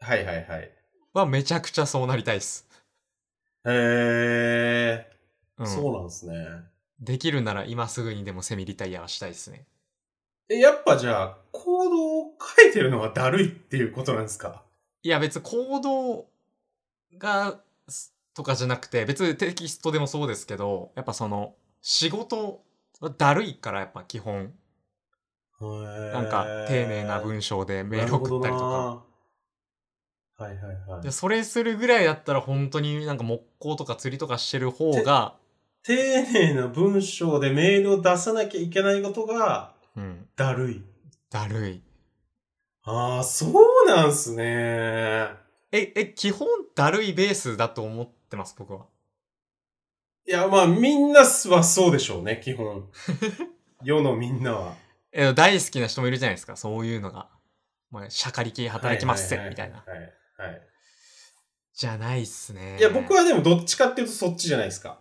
はいはいはい。
はめちゃくちゃそうなりたいです。
へえ、
うん。
そうなんですね。
できるなら今すぐにでもセミリタイヤはしたいですね。
え、やっぱじゃあ、行動を変えてるのはだるいっていうことなんですか
いや別に行動がすとかじゃなくて別にテキストでもそうですけどやっぱその仕事はだるいからやっぱ基本な
な
んか丁寧な文章でメール送ったりとか。
はいはいはい
で。それするぐらいだったら本当になんか木工とか釣りとかしてる方が、
丁寧な文章でメールを出さなきゃいけないことが
うん、
だるい。
だるい
ああ、そうなんすね。
ええ基本だるいベースだと思ってます僕はい
や、まあみんなはそうでしょうね、基 本。世のみんなは。
え大好きな人もいるじゃないですかそういうのがまあシャカリ系働きます
は
ぜ
は
みたいな
はいはいはい
じゃないっすね
いや、僕はでもどっちかっていうとそっちじゃないですか。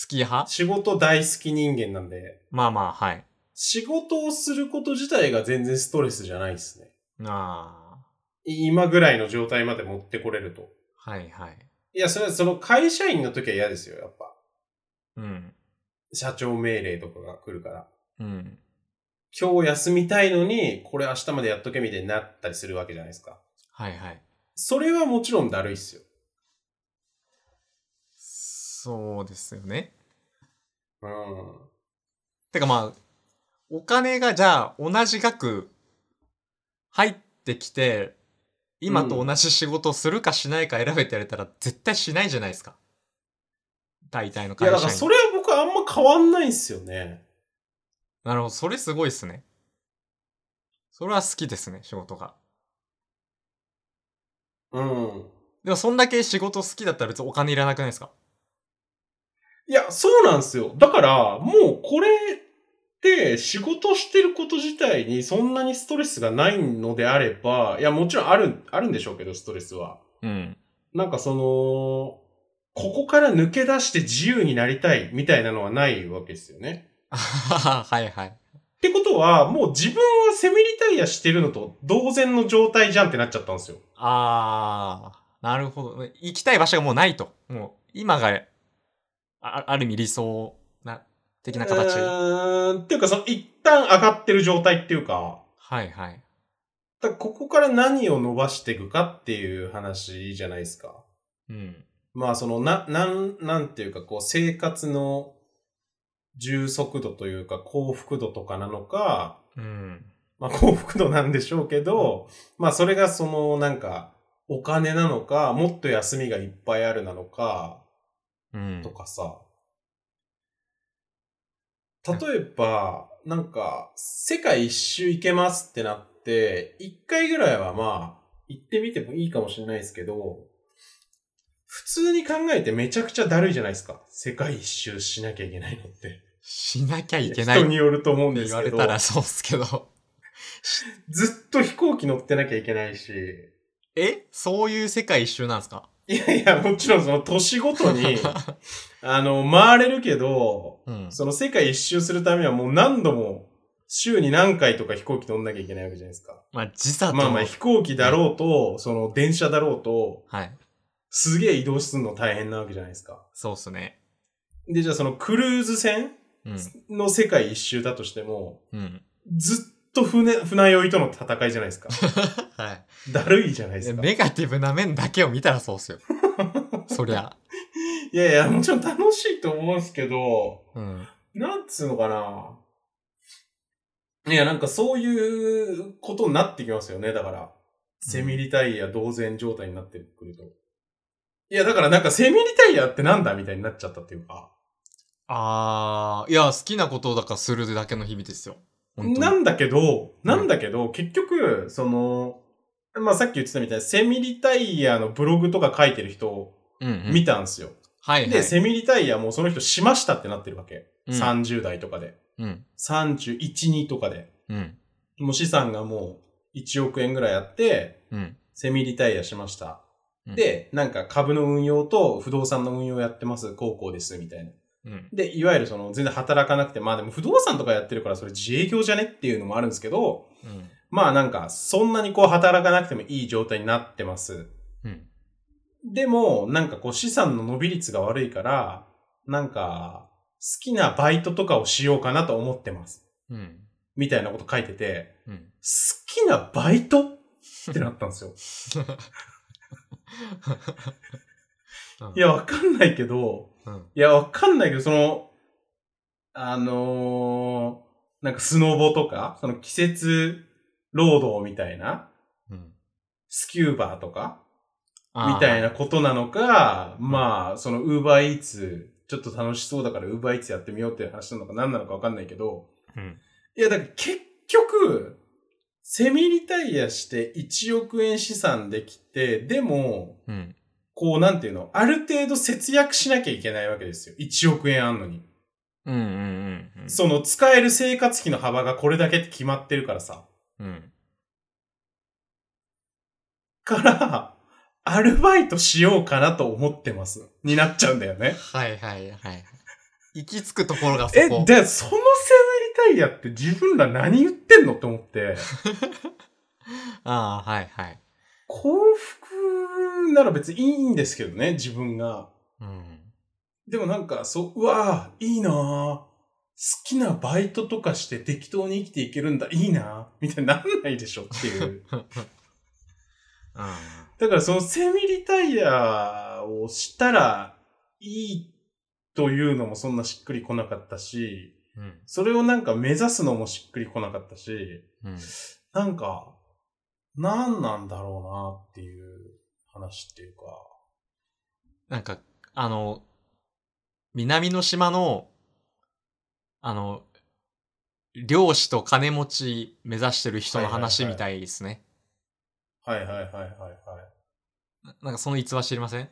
好き派
仕事大好き人間なんで。
まあまあはい
仕事をすること自体が全然ストレスじゃないですね。
あ
い今ぐらいの状態まで持ってこれると。
あ、はいはい。
いや、それはその会社員の時は嫌ですよ、やっぱ。
うん、
社長命令とかが来るから。
うん。
今日休みたいのに、これ明日までやっとけみたいになったりするわけじゃないですか。
はいはい。
それはもちろんだるいっすよ。
そうですよね。
うん。
てかまあ、お金がじゃあ同じ額入ってきて、今と同じ仕事をするかしないか選べってやれたら絶対しないじゃないですか。大体の
い
会
や、
社員。
だからそれは僕はあんま変わんないっすよね。
なるほど、それすごいっすね。それは好きですね、仕事が。
うん。
でもそんだけ仕事好きだったら別にお金いらなくないですか
いや、そうなんですよ。だから、もうこれって仕事してること自体にそんなにストレスがないのであれば、いや、もちろんある、あるんでしょうけど、ストレスは。
うん。
なんかその、ここから抜け出して自由になりたいみたいなのはないわけですよね。
はいはい。
ってことは、もう自分はセミリタイヤしてるのと同然の状態じゃんってなっちゃったんですよ。
あー、なるほど。行きたい場所がもうないと。もう、今が、あある意味理想な、的な形。
う
は
ーん。っていうか、その一旦上がってる状態っていうか、
いはい。
だからここから何を伸ばしていくかっていう話じゃないですか。
うん。
まあそのな、なん、なんていうかこう生活の充足度というか幸福度とかなのか、
うん。
まあ幸福度なんでしょうけど、まあそれがそのなんかお金なのか、もっと休みがいっぱいあるなのか、
うん
と。かさ。例えば、なんか、世界一周行けますってなって、一回ぐらいはまあ、行ってみてもいいかもしれないですけど、普通に考えてめちゃくちゃだるいじゃないですか。世界一周しなきゃいけないのって。
しなきゃいけないっ
人
て
によると思うんで
言
す
わ
け
れ
ど、
たらそうっすけど。
ずっと飛行機乗ってなきゃいけないし、
えそういう世界一周なんですか
いやいや、もちろんその年ごとに、あの、回れるけど、
うん。
その世界一周するためにはもう何度も週に何回とか飛行機乗んなきゃいけないわけじゃないですか。
まあ、時差と。
まあまあ飛行機だろうと、その電車だろうと、
はい。
すげえ移動するの大変なわけじゃないですか。
そうっすね。
で、じゃあそのクルーズ船
うん。
の世界一周だとしても、
うん。
ずっと船、船酔いとの戦いじゃな いですか。
はい。
だるいじゃないですか。
ネガティブな面だけを見たらそうっ すよ。そりゃ。
いやいや、もちろん楽しいと思うんですけど、
うん。
なんつうのかないや、なんかそういうことになってきますよね。だから、セミリタイヤ同然状態になってくると。いや、だからなんかセミリタイヤってなんだみたいになっちゃったっていうか、
あー、いや、好きなことをだからするだけの日々ですよ。本当
な
に。
んだけど、なんだけど、結局、その、まあ、さっき言ってたみたいに、セミリタイヤのブログとか書いてる人を
うん、うん。
見たんすよ。
はい、はい。
で、セミリタイヤもうその人しましたってなってるわけ。
うん
30代とかで。
うん。
31、2とかで。
うん。
もう資産がもう1億円ぐらいあって、
うん。
セミリタイヤしました。
うん
で、なんか株の運用と不動産の運用やってます、高校です、みたいな。
うん。
で、いわゆるその全然働かなくて、まあでも不動産とかやってるからそれ自営業じゃねっていうのもあるんですけど、
うん。
まあなんかそんなにこう働かなくてもいい状態になってます。
うん。
でも、なんかこう資産の伸び率が悪いから、なんか好きなバイトとかをしようかなと思ってます。
うん。
みたいなこと書いてて、
うん。
好きなバイトってなったんですよ。いや、わかんないけど、
うん。
いや、わかんないけど、その、あのーなんかスノボとか、その季節労働みたいな、
うん。
スキューバーとか、
あー
みたいな。ことなのか、まあ、そのウーバーイーツ、ちょっと楽しそうだからウーバーイーツやってみようっていう話なのか何なのかわかんないけど、
うん。
いや、だから結局、セミリタイヤして1億円資産できて、でも、
うん。
こう、なんていうの、ある程度節約しなきゃいけないわけですよ。1億円あんのに。
うん。うん。うん。
その、使える生活費の幅がこれだけって決まってるからさ。
うん。
から、アルバイトしようかなと思ってます。になっちゃうんだよね。
はいはいはい。行き着くところがそ
え、
こ。
で、そのセミリタイヤって自分ら何言ってんのって思って、
ああ、はいはい。
幸福なら別にいいんですけどね、自分が。
うん。
でもなんか、そう、うわぁ、いいなぁ。好きなバイトとかして適当に生きていけるんだ、いいなぁ。みたいになんないでしょっていう。
うん。
だからそのセミリタイヤをしたらいいというのもそんなしっくりこなかったし、
うん。
それをなんか目指すのもしっくりこなかったし、
うん。
なんか、何なんだろうなっていう話っていうか。
なんか、あの、南の島の、あの、漁師と金持ち目指してる人の話みたいですね。
はいはいはいはいはい。
ななんかその逸話知りません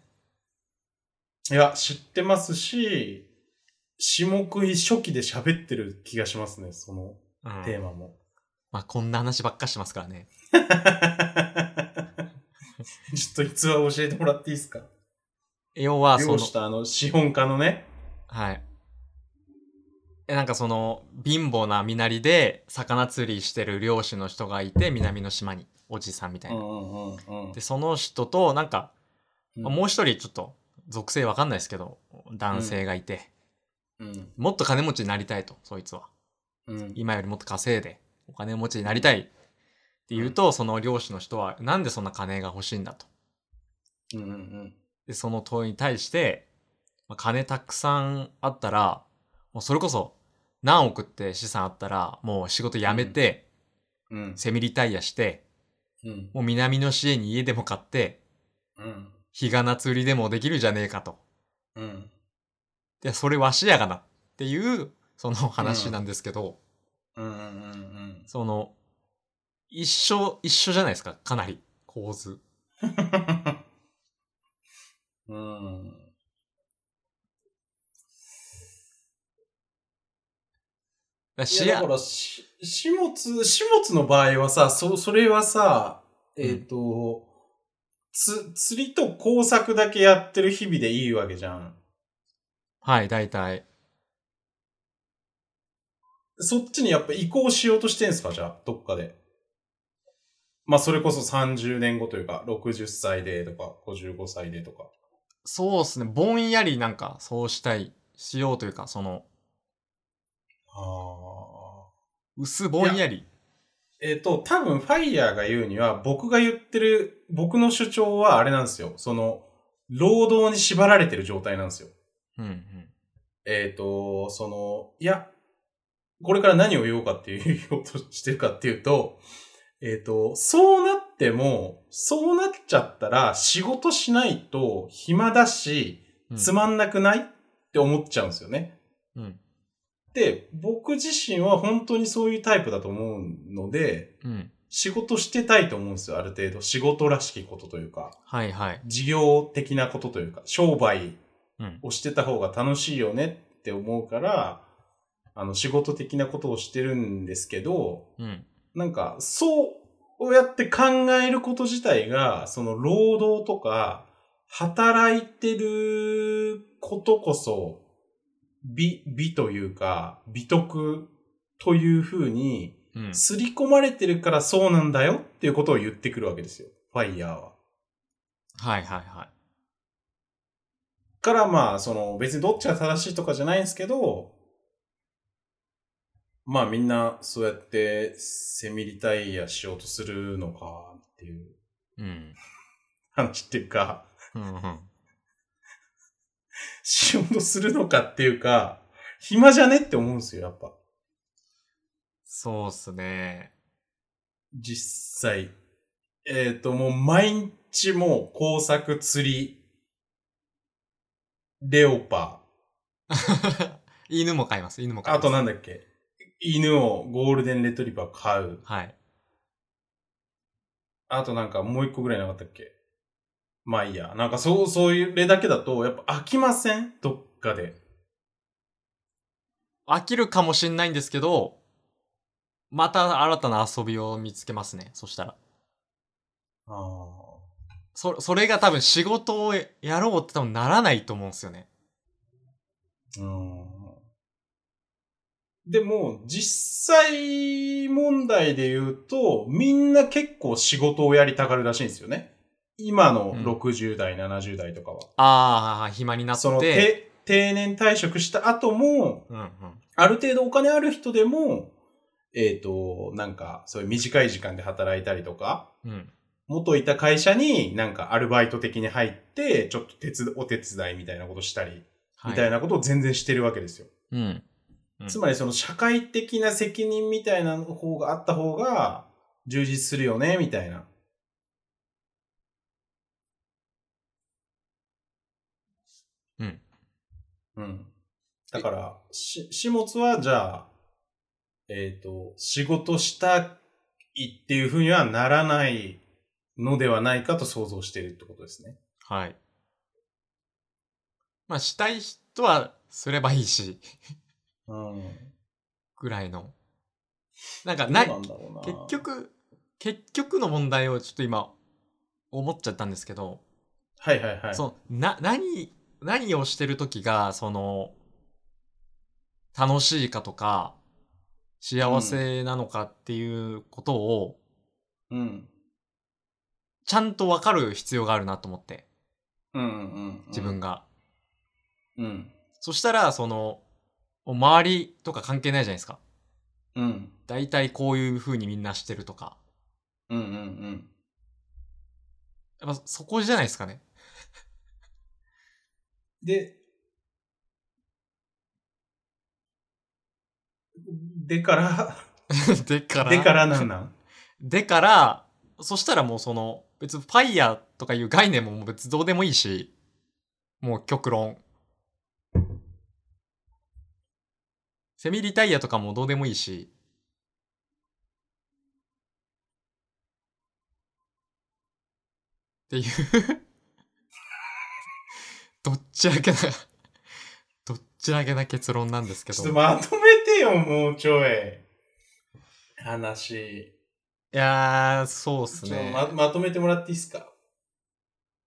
いや、知ってますし、下食い初期で喋ってる気がしますね、その
う
テー
ん。
マも。
まあ、こんな話ばっかしてますからね。
ちょっと逸話教えてもらっていいですか
要は、そ
漁
の
師、とあの、資本家のね。
はい。え、なんかその、貧乏な身なりで、魚釣りしてる漁師の人がいて、南の島に、おじさんみたいな。
んうんうん
で、その人と、なんか、
うん
まあもう一人ちょっと属性わかんないですけど男性がいて、
うん
もっと金持ちになりたいとそいつは
うん
今よりもっと稼いでお金持ちになりたいって言うと、その漁師の人はなんでそんな金が欲しいんだと
うんうん
でその問いに対して、まあ金たくさんあったらもうそれこそ何億って資産あったらもう仕事辞めて、
うん
セミリタイヤして
うん
もう南の市営に家でも買って
うん
日が夏売りでもできるじゃねえかと
うん
で、それわしやがなっていう、その話なんですけど、
うんうんうん
その、一緒、一緒じゃないですか、かなり、構図。
うんうん
ら
い
視
やだか
野、
ら、し、始末、始末の場合はさ、そ、それはさ、えっ、と、つ、釣りと工作だけやってる日々でいいわけじゃん。
はい、大体。
そっちにやっぱ移行しようとしてんすかじゃあ、どっかで。まあ、それこそ30年後というか、60歳でとか、55歳でとか。
そうですね、ぼんやりなんか、そうしたい、しようというか、その、
ああ。
薄ぼんやり。
えっ、と、多分、ファイヤーが言うには、僕が言ってる、僕の主張はあれなんですよ。その、労働に縛られてる状態なんですよ。
うん、うん。
えっ、と、その、いや、これから何を言おうかっていう、言おうとしてるかっていうと、えっ、と、そうなっても、そうなっちゃったら仕事しないと暇だし、
うん
つまんなくない、って思っちゃうんですよね。
うん。
で、僕自身は本当にそういうタイプだと思うので、
うん。
仕事してたいと思うんですよ、ある程度。仕事らしきことというか、
はい、はい。
事業的なことというか、商売
うん。
をしてた方が楽しいよねって思うから、あの、仕事的なことをしてるんですけど、
うん。
なんか、そうやって考えること自体が、その労働とか、働いてることこそ、美、美というか、美徳というふうに、
うん。
刷り込まれてるからそうなんだよっていうことを言ってくるわけですよ。ファイヤーは。
はい、はい、はい。
からまあ、その別にどっちが正しいとかじゃないんですけど、まあみんなそうやってセミリタイヤしようとするのかっていう
うん。
話っていうか、
うんうん。
しようとするのかっていうか、暇じゃねって思うんですよ、やっぱ。
そうっすね。
実際。えっ、と、もう毎日もう工作、釣り、レオパ、
犬も飼います、犬も飼い
あ
ます。
となんだっけ犬をゴールデンレトリバー買う。
はい。
あとなんかもう一個ぐらいなかったっけまあいいや。なんかそう、そういう例だけだと、やっぱ飽きませんどっかで。
飽きるかもしんないんですけど、また新たな遊びを見つけますね。そしたら。
ああ。
そ、それが多分仕事をやろうって多分ならないと思うんですよね。
うん。でも、実際問題で言うと、みんな結構仕事をやりたがるらしいんですよね。今の
うん
60代、70代とかは。
ああ、暇になって。
その、て定年退職した後も、
うんうん。
ある程度お金ある人でも、えっ、と、なんか、そういう短い時間で働いたりとか、
うん。
元いた会社になんかアルバイト的に入って、ちょっと手つお手伝いみたいなことしたり、
は
みたい。なことを全然してるわけですよ。
うん。うん
つまりその社会的な責任みたいな方があった方が充実するよね、みたいな。
うん。
うん。だから、し、始末はじゃあ、えっ、と、仕事したいっていうふうにはならないのではないかと想像しているってことですね。
はい。まあ、したい人はすればいいし、
うん。
ぐらいの。なんか、
どう
な、
んだろうな
結、局、結局の問題をちょっと今、思っちゃったんですけど、
はいはいはい。
そのな何何をしてる時がその楽しいかとか幸せなのかっていうことを
うん。
ちゃんと分かる必要があるなと思って
うんうんうん。
自分が、
うん。
そしたらその周りとか関係ないじゃないですか
うん。
大体こういう風にみんなしてるとか
うんうんうん。
やっぱそこじゃないですかね
で、でから、
でから
でからなんなん
でからそしたらもうその別にファイヤーとかいう概念ももう別にどうでもいいしもう極論セミリタイヤとかもどうでもいいしっていうどっちだけなどっちだけな結論なんですけ
ち
ど
ょっとまとめてよ、もうちょい。話。
いやー、そうっす
ちょ
ね。
ままとめてもらっていいですか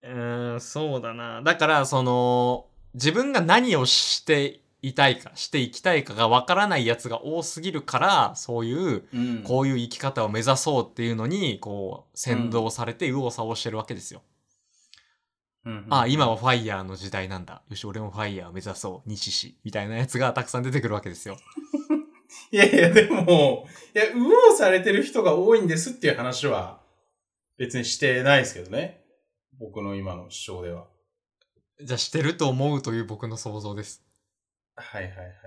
うーん、そうだな。だから、その、自分が何をしていたいか、していきたいかがわからないやつが多すぎるから、そういう、
うん
こういう生き方を目指そうっていうのに、こう、先導されて右往左往してるわけですよ。
うん
ああ、今はファイヤーの時代なんだ。よし、俺もファイヤーを目指そう。西市。みたいなやつがたくさん出てくるわけですよ。
いやいや、でも、いや、右往されてる人が多いんですっていう話は、別にしてないですけどね。僕の今の主張では。
じゃあ、してると思うという僕の想像です。
はいはいはい。
だか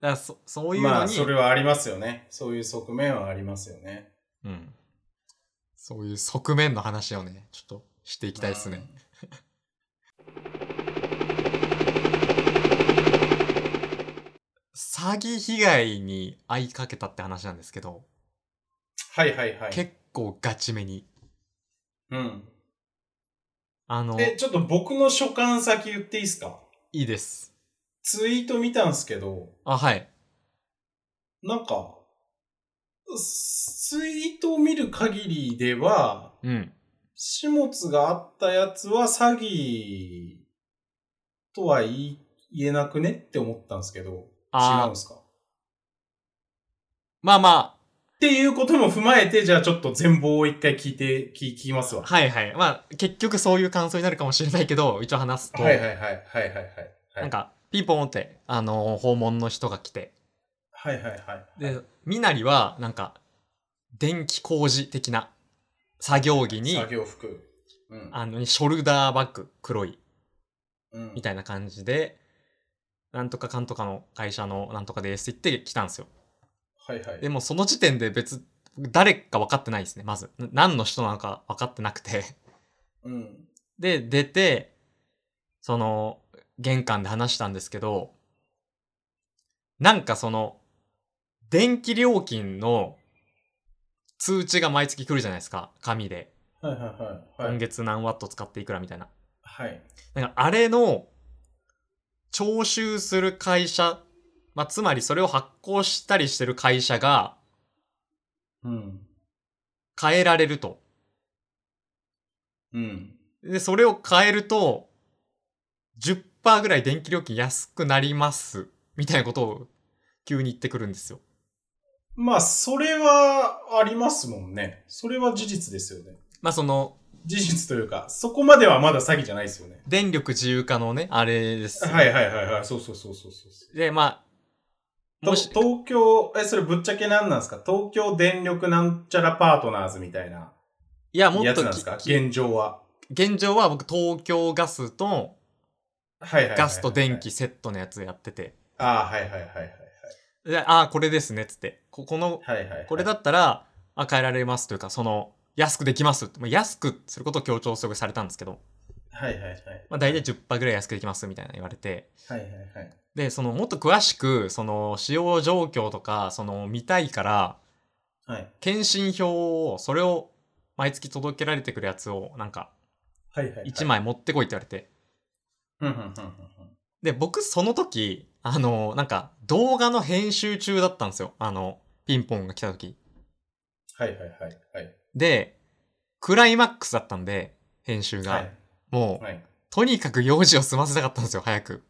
らそ、そういうのに、
まあ、それはありますよね。そういう側面はありますよね。
うん。そういう側面の話をね、ちょっとしていきたいですね。詐欺被害に遭いかけたって話なんですけど、
うん。はいはいはい。
結構ガチめに。
うん。
あの、
え、
い
ちょっと僕の所感先言っていいですか
いです。
ツイート見たんすけど、
あ、はい。
なんか、ツイートを見る限りでは、
うん。
始末があったやつは詐欺とは言い言えなくねって思ったんですけど、違うん
あー
ですかっ
まあま
ていうことも踏まえて、じゃあちょっと全貌を一回聞いて、聞聞きます
あ、
わ。
はいはい。まあ、結局そういう感想になるかもしれないけど、一応話すと、
はいはいはいはいはいはい。
なんか、ピンポンって、あの訪問の人が来て、
はいはいはい。
で、みなりは、なんか、電気工事的な作業着に、
作業服。うん。
あの、ショルダーバッグ、黒い、
うん
みたいな感じで、なんとかかんとかの会社のなんとかですって言って来たんですよ。
はいはい。
でもその時点で別、誰か分かってないですね、まず。な何の人なのか分かってなくて。
うん。
で、出て、その、玄関で話したんですけど、なんかその、電気料金の通知が毎月来るじゃないですか、紙で。
はいはいはい。は
今
い。
月何ワット使っていくらみたいな。
はい。
なんかあれの、徴収する会社、まあ、つまりそれを発行したりしてる会社が
うん。
変えられると。
うん。
で、それを変えると、10%ぐらい電気料金安くなります。みたいなことを急に言ってくるんですよ。
まあ、それはありますもんね。それは事実ですよね。
まあ、その、
事実というか、そこまではまだ詐欺じゃないですよね。
電力自由化のね、あれです。
はいはいはいはい。そうそうそうそうそうそ
で、まあ、
う。
もし
と、東京、え、それぶっちゃけ何なんですか東京電力なんちゃらパートナーズみたいない
や、も
や
っ
つ
と
なんですか
き
現状は。
現状は僕東京ガスと
はいはいはいはい。
ガスと電。気セットのやつやってて、
ああ、はいはいはいはい。
でああ、これですね、つって。ここの、
はいはいはい、
これだったら、あ変えられますというか、その、安くできますって。まあ、安くすることを強調すごいされたんですけど、
はいはいはい。
まあ、大体10%ぐらい安くできますみたいな言われて、
はいはいはい。
で、その、もっと詳しく、その、使用状況とか、その、見たいから、
はい。
検診票を、それを、毎月届けられてくるやつを、なんか、
はいはい、はい。
1。枚持ってこいって言われて。
うんうんうんうんうん。
で、僕、その時、あの、なんか、動画の編集中だったんですよ。あの、ピンポンが来た時。
はいはいはい。はい。
で、クライマックスだったんで、編集が。
はい。
もう、
はい。
とにかく用事を済ませたかったんですよ、早く。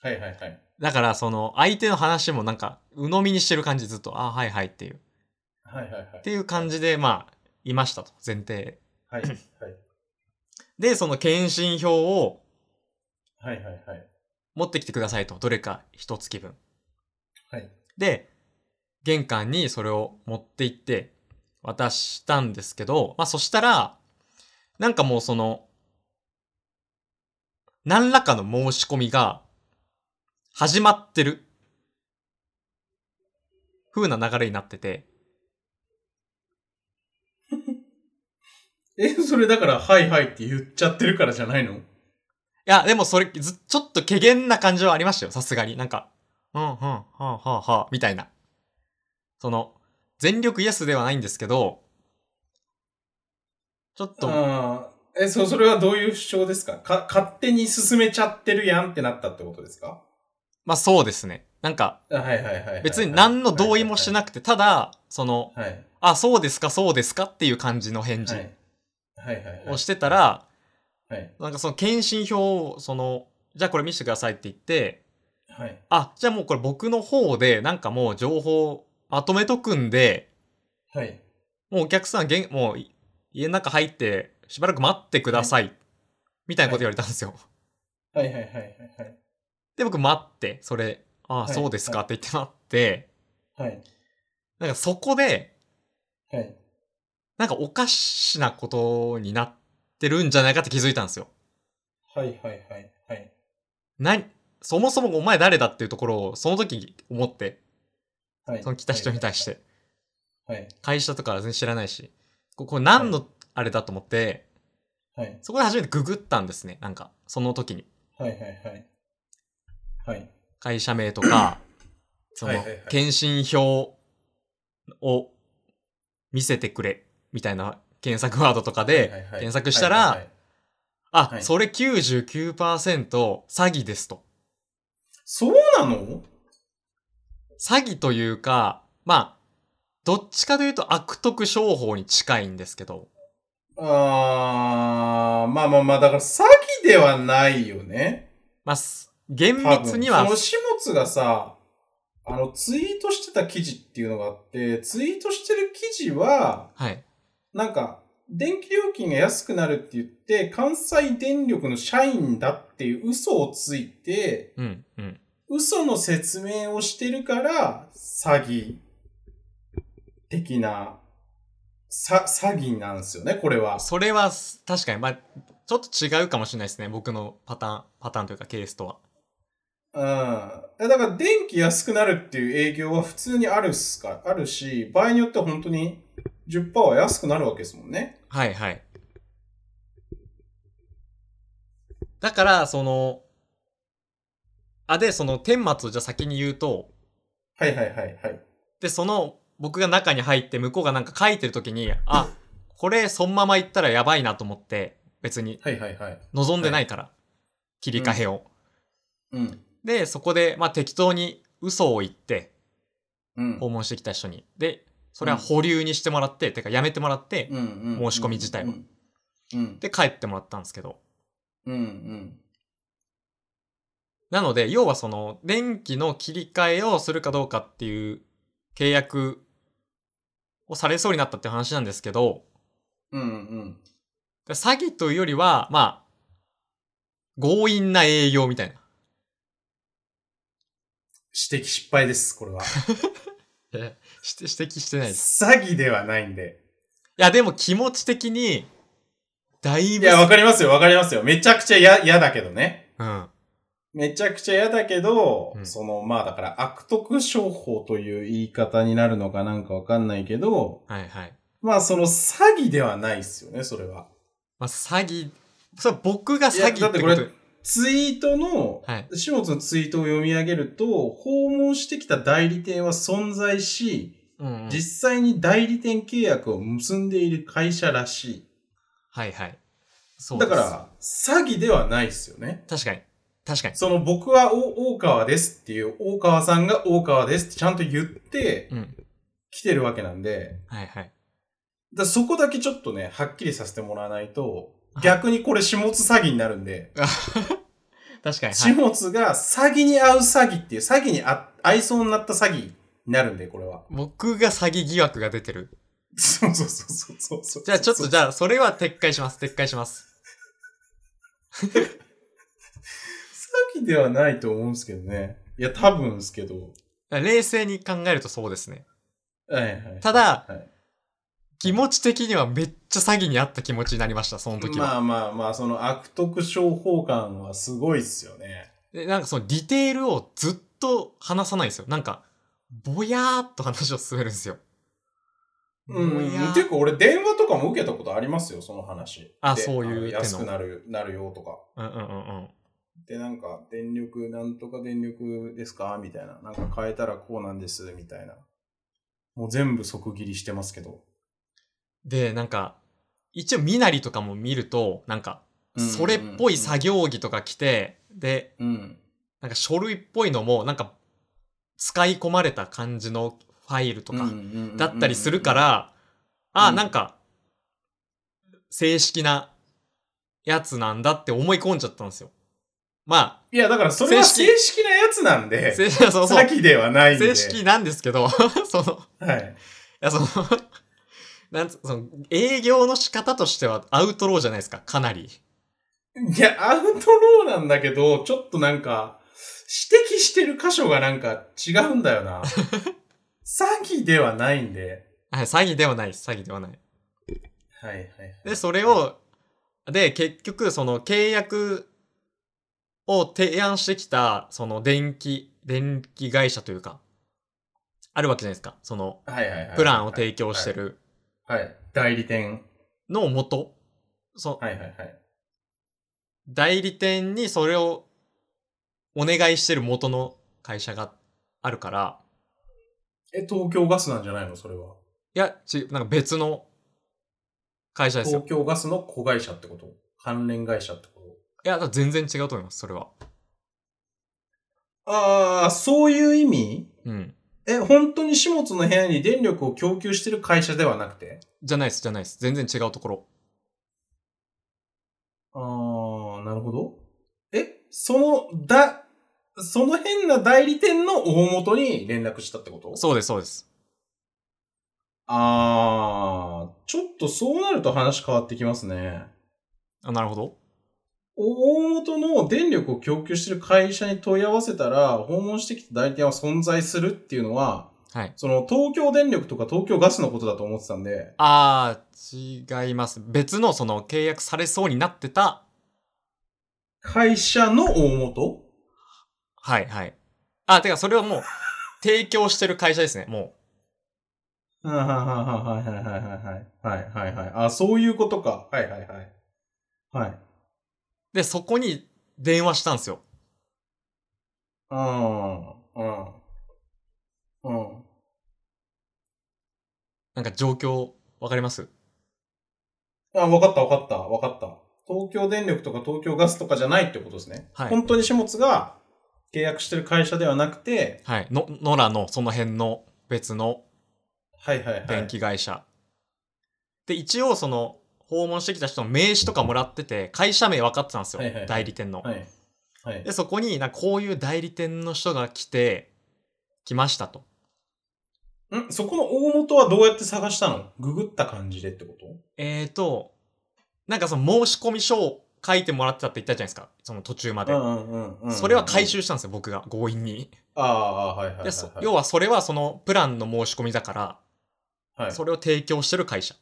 はいはいはい。
だから、その、相手の話もなんか、鵜呑みにしてる感じ、ずっと、あ、はいはいっていう。
はいはいはい。
っていう感じで、まあ、いましたと、前提。
はい。はい。
で、その検診票を
はいはいはい。
持ってきてくださいと、どれか一月分。
はい。
で、玄関にそれを持って行って渡したんですけど、まあそしたら、なんかもうその、何らかの申し込みが始まってる風な流れになってて、
え、それだから、はいはいって言っちゃってるからじゃないの
いや、でもそれ、ず、ちょっと怪げな感じはありましたよ、さすがに。なんか、うん、うん、はあ、はあ、はあ、みたいな。その、全力イエスではないんですけど、ちょっと、
ああ。え、そ、それはどういう主張ですかか、勝手に進めちゃってるやんってなったってことですか
まあそうですね。なんか、
あはいはいはいはい。
別に何の同意もし
い。
なくて、ただ、その、
はい。
あ、そうですか、そうですかっていう感じの返事
はい。はいはいはい。
をしてたら、
はい。
なんかその検診票を、その、じゃあこれ見せてくださいって言って、
はい。
あ、じゃあもうこれ僕の方で、なんかもう情報まとめとくんで、
はい。
もうお客さんげん、もう家の中入って、しばらく待ってください。みたいなこと言われたんですよ。
はいはいはいはいはい。
で、僕待って、それ、あ、
はい
そうですか
は
って言って待って、
はい。
なんかそこで、
はい。
なんかおかしなことになってるんじゃないかって気づいたんですよ。
はいはいはいはい。
なそもそもお前誰だっていうところを、その時思って、
はい。
その来た人に対して、
はい。
会社とかは全然知らないし、ここれ何のあれだと思って、
はい。
そこで初めてググったんですね。なんか、その時に。
はいはいはい。 はい。
会社名とか、そ
はい
の
はいはい、
検診票を見せてくれ、みたいな検索ワードとか
はい
で
はい、はい
検索した
はいはいは
ら
い、は
あ、
い
それ99%詐欺ですと。
そうなの
詐欺というか、まあ、どっちかというと悪徳商法に近いんですけど、
あー、まあまあまあ、だから詐欺ではないよね。
まあ、す厳
多分
密には
その、始末がさ、あの、ツイートしてた記事っていうのがあって、ツイートしてる記事は、
はい。
なんか、電気料金が安くなるって言って、関西電力の社員だっていう嘘をついて、
うん、うん。
嘘の説明をしてるから、詐欺的な、さ、詐欺なんですよね、これは。
それはす、確かに、まあ、ちょっと違うかもしれないですね。僕のパターン、パターンというかケースとは。
うん。だから電気安くなるっていう営業は普通にあるっすか、あるし、場合によっては本当に10%は安くなるわけですもんね。
はいはい。だから、その、あ、で、その、天末をじゃあ先に言うと、
はいはいはいはい。
で、その、僕が中に入って、向こうがなんか書いてる時に、あ、これ、そのまま行ったらやばいなと思って、別に、
はいはいはい。
望んでないから、切り替えを。
うん。
で、そこで、まあ、適当に嘘を言って、
うん。
訪問してきた人に。で、それは保留にしてもらって、てか、やめてもらって、
うんうんうん
申し込み自体は
うん。うん。
で、帰ってもらったんですけど。
うんうん。
なので、要はその、電気の切り替えをするかどうかっていう契約をされそうになったって話なんですけど、
うんうん。
詐欺というよりは、まあ、強引な営業みたいな。
指摘失敗です、 これは。
え、指摘してないです。
詐欺ではないんで。
いや、でも気持ち的に、だい
い
ぶ、
や、わかりますよ、わかりますよ。めちゃくちゃや嫌だけどね。
うん。
めちゃくちゃ嫌だけど、
うん
その、まあだから悪徳商法という言い方になるのかなんかわかんないけど、
はいはい。
まあその詐欺ではないですよね、それは。
まあ、詐欺、それ僕が
いや
詐欺
だっ
って
て
こ
ことれ、ツイートの、
はい。
始末のツイートを読み上げると、訪問してきた代理店は存在し、
うん、うん。
実際に代理店契約を結んでいる会社らしい。
はいはい。そうで
だ
す。
から、詐欺ではないですよね。
確かに。確かに。
その僕はお大川ですっていう、大川さんが大川ですってちゃんと言って
うん。
来てるわけなんで、
はいはい。
だからそこだけちょっとね、はっきりさせてもらわないと
は、い
逆にこれ始末詐欺になるんで、
確かに。は
始
い
末が詐欺に合う詐欺っていう、詐欺にあ合いそうになった詐欺になるんで、これは。
僕が詐欺疑惑が出てる。
そうそうそうそうそう。
じゃあちょっとじゃあそれは撤回します。撤回します。
詐欺ではないと思うんですけどね。いや、多分ですけど。
冷静に考えるとそうですね。
はいはい。
ただ、
はい
気持ち的にはめっちゃ詐欺にあった気持ちになりました、その時は。
まあまあまあ、その悪徳商法感はすごいっすよね。
でなんかそのディテールをずっと話さないんですよ。なんか、ぼやーっと話を進めるんですよ。ぼや
うん。
ー
っていうか、俺、電話とかも受けたことありますよ、その話。
あ
で
そういう
の
手の
安くなる、なるよとか。
うんうんうんうん。
で、なんか、電力、なんとか電力ですかみたいな。なんか変えたらこうなんです、みたいな。もう全部即切りしてますけど。
で、なんか、一応身なりとかも見ると、なんか、
うんうんうん
それっぽい作業着とか着て、で、
うん。
なんか書類っぽいのも、なんか、使い込まれた感じのファイルとか、だったりするか、ら、
うん
あ
う
あ、
ん
なんか、正式なやつなんだって思い込んじゃったんですよ。ま
いや、だからそれは
正
正
式
式なやつなん
あ、
で、
正式、 そうそう
詐、欺ではないん
正
で。
式なんですけど、 その、い
はい。
や、その、 なんつ、その、営業の仕方としてはアウトローじゃないですか、かなり。
いや、アウトローなんだけど、ちょっとなんか、指摘してる箇所がなんか違うんだ よな。詐欺ではないんで。
はい、詐欺ではないです、詐欺ではない。
はいはいはい。
で、それを、で、結局、その契約を提案してきた、その電気、電気会社というか、あるわけじゃないですか。その、
はいはいはい。
プランを提供してる
はい。はい。代理店。
のもと、そ
はいはいはい。
代理店にそれをお願いしてる元の会社があるから、
え、東京ガスなんじゃないのそれは。
いや、ち、なんか別の会社ですよ
東。京ガスの子会社ってこと関連会社ってこ
いや、全然違うと思います、それは。
とああ、そういう意味
うん。
え、本当に始末の部屋に電力を供給してる会社ではなくて
じゃないです、じゃないです。全然違うところ。
あー、なるほど。え、その、だ、その変な代理店の大元に連絡したってこと
そうです、そうです。
あー、ちょっとそうなると話変わってきますね。
あなるほど。
お大元の電力を供給してる会社に問い合わせたら、訪問してきた代理店は存在するっていうのは、
はい。
その東京電力とか東京ガスのことだと思ってたんで、
あー、違います。別のその契約されそうになってた、
会社の大元
はい、はい。あ、てか、それはもう、提供してる会社ですね、もう。
はいはいはいはいはいはいはいはいはいはい。あ、そういうことか。はいはいはい。はい。
で、そこに電話したんですよ。
ああ、うん。うん。
なんか状況、わかります
あ、わかったわかったわかった。東京電力とか東京ガスとかじゃないってことですね。
はい
本当に始末が契約してる会社ではなくて、
はい。の、野良の、その辺の別の
はいはいはい。
電気会社。で、一応その、訪問してきた人の名刺とかもらってて、会社名分かってたんですよ。
はいはいはい
代理店の。
はい。はい
で、。そこに、なんかこういう代理店の人が来て、来ましたと。
んそこの大元はどうやって探したのググった感じでってこと
えーと、なんかその申し込み書を書いてもらってたって言ったじゃないですか。その途中まで。
んうんう
それは回収したんですよ、僕が。強引に。
ああ、はいはいはい、
で
はい。
そ要はそれはそのプランの申し込みだから、
はい、
それを提供してる会社。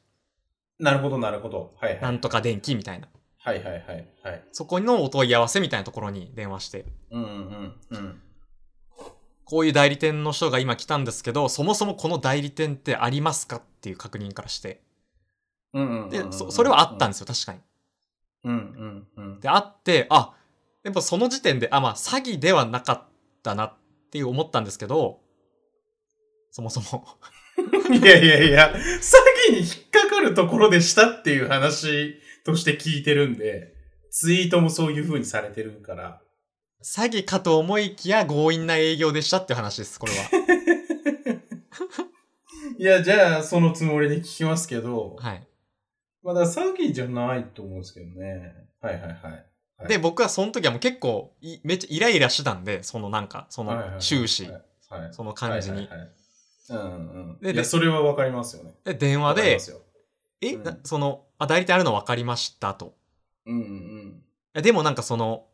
なるほどなるほど。はい
な
はい。
んとか電気みたいな。
はいはいはい。はい。
そこのお問い合わせみたいなところに電話して、
うんうんうん。
こういう代理店の人が今来たんですけど、そもそもこの代理店ってありますかっていう確認からして。
うんうんうんうん
で、そそれはあったんですよ、確かに。
うんうんうん。
で、あって、あ、やっぱその時点で、あ、まあ詐欺ではなかったなっていう思ったんですけど、そもそも。
いやいやいや、詐欺に引っかかるところでしたっていう話として聞いてるんで、ツイートもそういう風にされてるから。
詐欺かと思いきや強引な営業でしたっていう話です、これ は。
いや、じゃあ、そのつもりで聞きますけど、
はい。
まあだから詐欺じゃないと思うんですけどね。はいはいはい。はい
で、僕はその時はもう結構い、めっちゃイライラしてたんで、そのなんか、そ
はいはいはい
の終始、
はいはい
その感じに。
はいはいはいうんう
で
ん。いや、
で
それはわかりますよね。
で、電話
わかり
で
ま、すよ
え、
うん
なその、あ、代理店あるの分かりましたと。
うんうん
いやでもなんかその、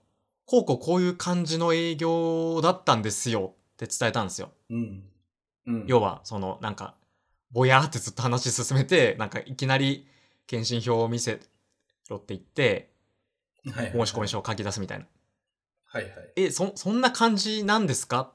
こうこうこういう感じの営業だったんですよって伝えたんですよ。
うん。うん。うん。
要は、その、なんか、ぼやーってずっと話進めて、なんかいきなり、検診票を見せろって言って、
はいはい
申し込み書を書き出すみたいな。
はいはい。
え、そ、そんな感じなんですかっ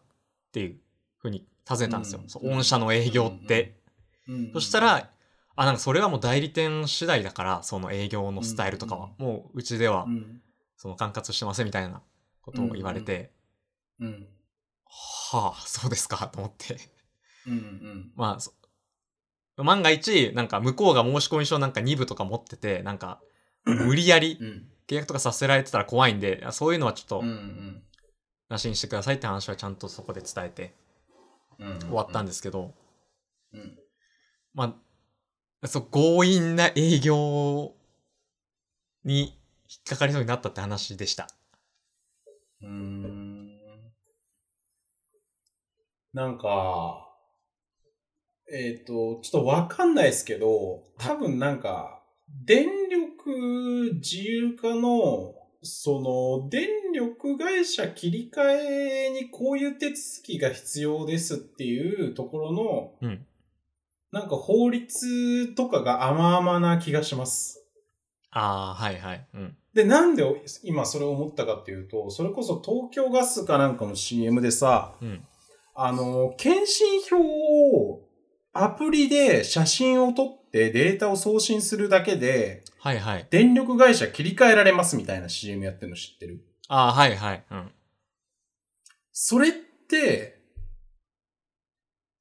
ていうふうに尋ねたんですよ。
うん
そう御社の営業って。
うん
そした、ら、あ、なんかそれはもう代理店次第だから、その営業のスタイルとかは。もううちでは
うん。
その管轄してませんみたいなことを言われて、
うん。
はあ、そうですか、と思って。
うんうん。
まあ、そ万が一、なんか向こうが申し込み書なんか2部とか持ってて、なんか無理やり
うん。
契約とかさせられてたら怖いんで、そういうのはちょっと、
うんうん。
らしにしてくださいって話はちゃんとそこで伝えて終わったん
で。
ですけど、
うん
まあ、そう、強引な営業に引っかかりそうになったって話でした。
うーん。なんか、えっ、と、ちょっとわかんないですけど、多分なんか、電力自由化の、その、電力会社切り替えにこういう手続きが必要ですっていうところの、
うん。
なんか法律とかが甘々な気がします。
ああ、はいはい。うん。
で、なんで今それを思ったかっていうと、それこそ東京ガスかなんかの CM でさ、
うん。
あの、検診票をアプリで写真を撮ってデータを送信するだけで、
はいはい。
電力会社切り替えられますみたいな CM やってるの知ってる
ああ、はいはい。うん。
それって、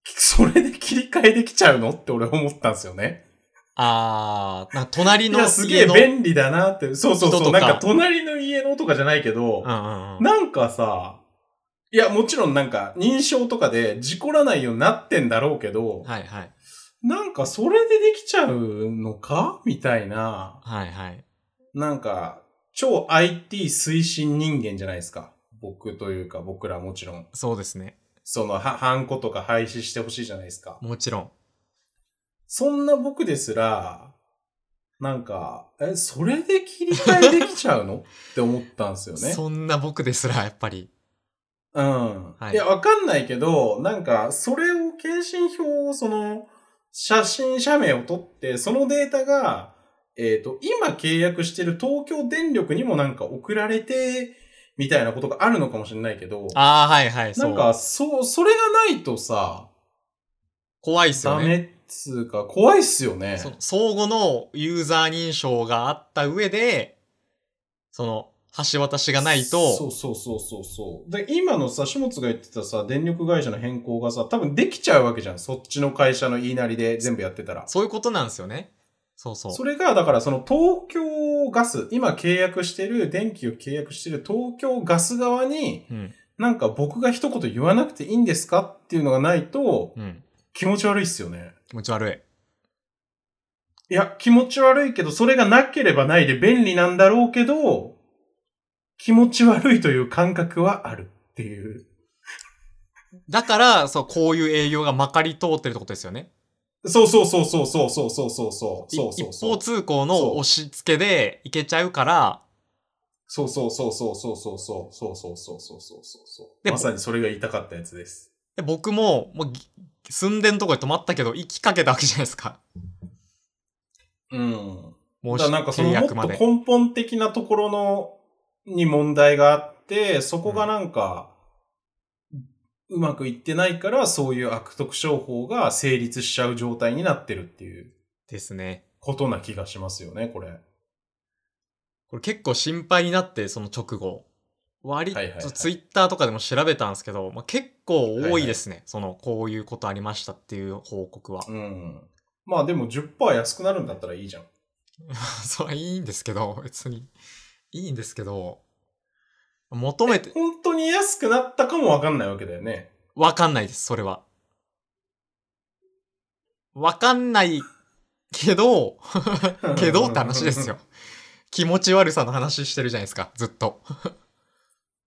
それで切り替えできちゃうのって俺思ったんですよね。
ああ、なんか隣
い
の家
や、
の。
すげえ便利だなって。そうそう
人
そ
と
う。
か
なんか隣の家のとかじゃないけど、
うんうんうん。
なんかさ、いや、もちろんなんか認証とかで事故らないようになってんだろうけど、
はいはい。
なんかそれでできちゃうのかみたいな、
はいはい。
なんか超 IT 推進人間じゃないですか。僕というか僕らもちろん。
そうですね。
そのは、ハンコとか廃止してほしいじゃないですか。
もちろん。
そんな僕ですら、なんか、え、それで切り替えできちゃうのって思ったんですよね。
そんな僕ですら、やっぱり。
うん。
はい
い、や、わかんないけど、なんか、それを、検診票を、その、写真、写メを取って、そのデータが、えっ、と、今契約してる東京電力にもなんか送られて、みたいなことがあるのかもしれないけど、
ああ、はいはい。そ
な
うん
か、そう、それがないとさ、
怖いっすよ
ダ
ね。
メっつうか、怖いっすよね。
そ相互のユーザー認証があった上で、その、橋渡しがない
そう
と、
そうそうそうそう。で、今のさ、下津が言ってたさ、電力会社の変更がさ、多分できちゃうわけじゃん。そっちの会社の言いなりで全部やってたら。
そういうことなんですよね。そうそう。
それが、だからその東京ガス、今契約してる、電気を契約してる東京ガス側に、
うん。
なんか僕が一言言わなくていいんですかっていうのがないと、
うん。
気持ち悪いっすよね。
気持ち悪い。
いや、気持ち悪いけど、それがなければないで便利なんだろうけど、気持ち悪いという感覚はあるっていう。
だから、そう、こういう営業がまかり通ってるってことですよね。
そうそうそうそうそうそうそうそうそう
い
そうそう
一
そう
方通行の押し付けでいけちゃうから、
そうそうそうそうそうそうそうそうそうそうそうそうそう
でも
まさにそれが言いたかったやつです。
で僕も、もうぎ、寸前のとこで止まったけど、息かけたわけじゃないですか。
うん。
も
だからなんかその
契
もっ
約
と
まで。
根本的なところの、に問題があって、そこがなんか、うまくいってないから、そういう悪徳商法が成立しちゃう状態になってるっていう
ですね。
ことな気がしますよね、これ。
これ結構心配になって、その直後。割と
はいはいはい
ツイッターとかでも調べたんですけど、まあ、結構多いですね、その、こういうことありましたっていう報告 は。
うん。まあでも10%安くなるんだったらいいじゃん。
それはいいんですけど、別に。いいんですけど、求めて、
本当に安くなったかもわかんないわけだよね。
わかんないです、それは。わかんないけ ど、けどって話ですよ。気持ち悪さの話してるじゃないですか、ずっと。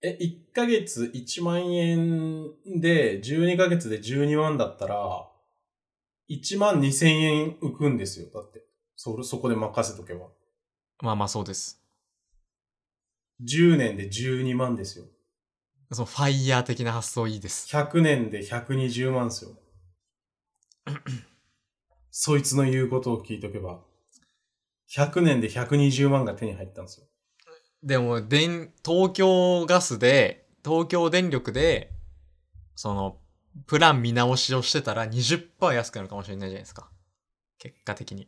え、1ヶ月1万円で、12ヶ月で12万だったら、1万2千円浮くんですよ。だって。それ、そこで任せとけば。
まあまあそうです。
10年で12万ですよ。
そのファイヤー的な発想いいです。
100年で120 万ですよ。そいつの言うことを聞いとけば、100年で120万が手に入ったんですよ。
でも、電、東京ガスで、東京電力で、その、プラン見直しをしてたら20%安くなるかもしれないじゃないですか。結果的に。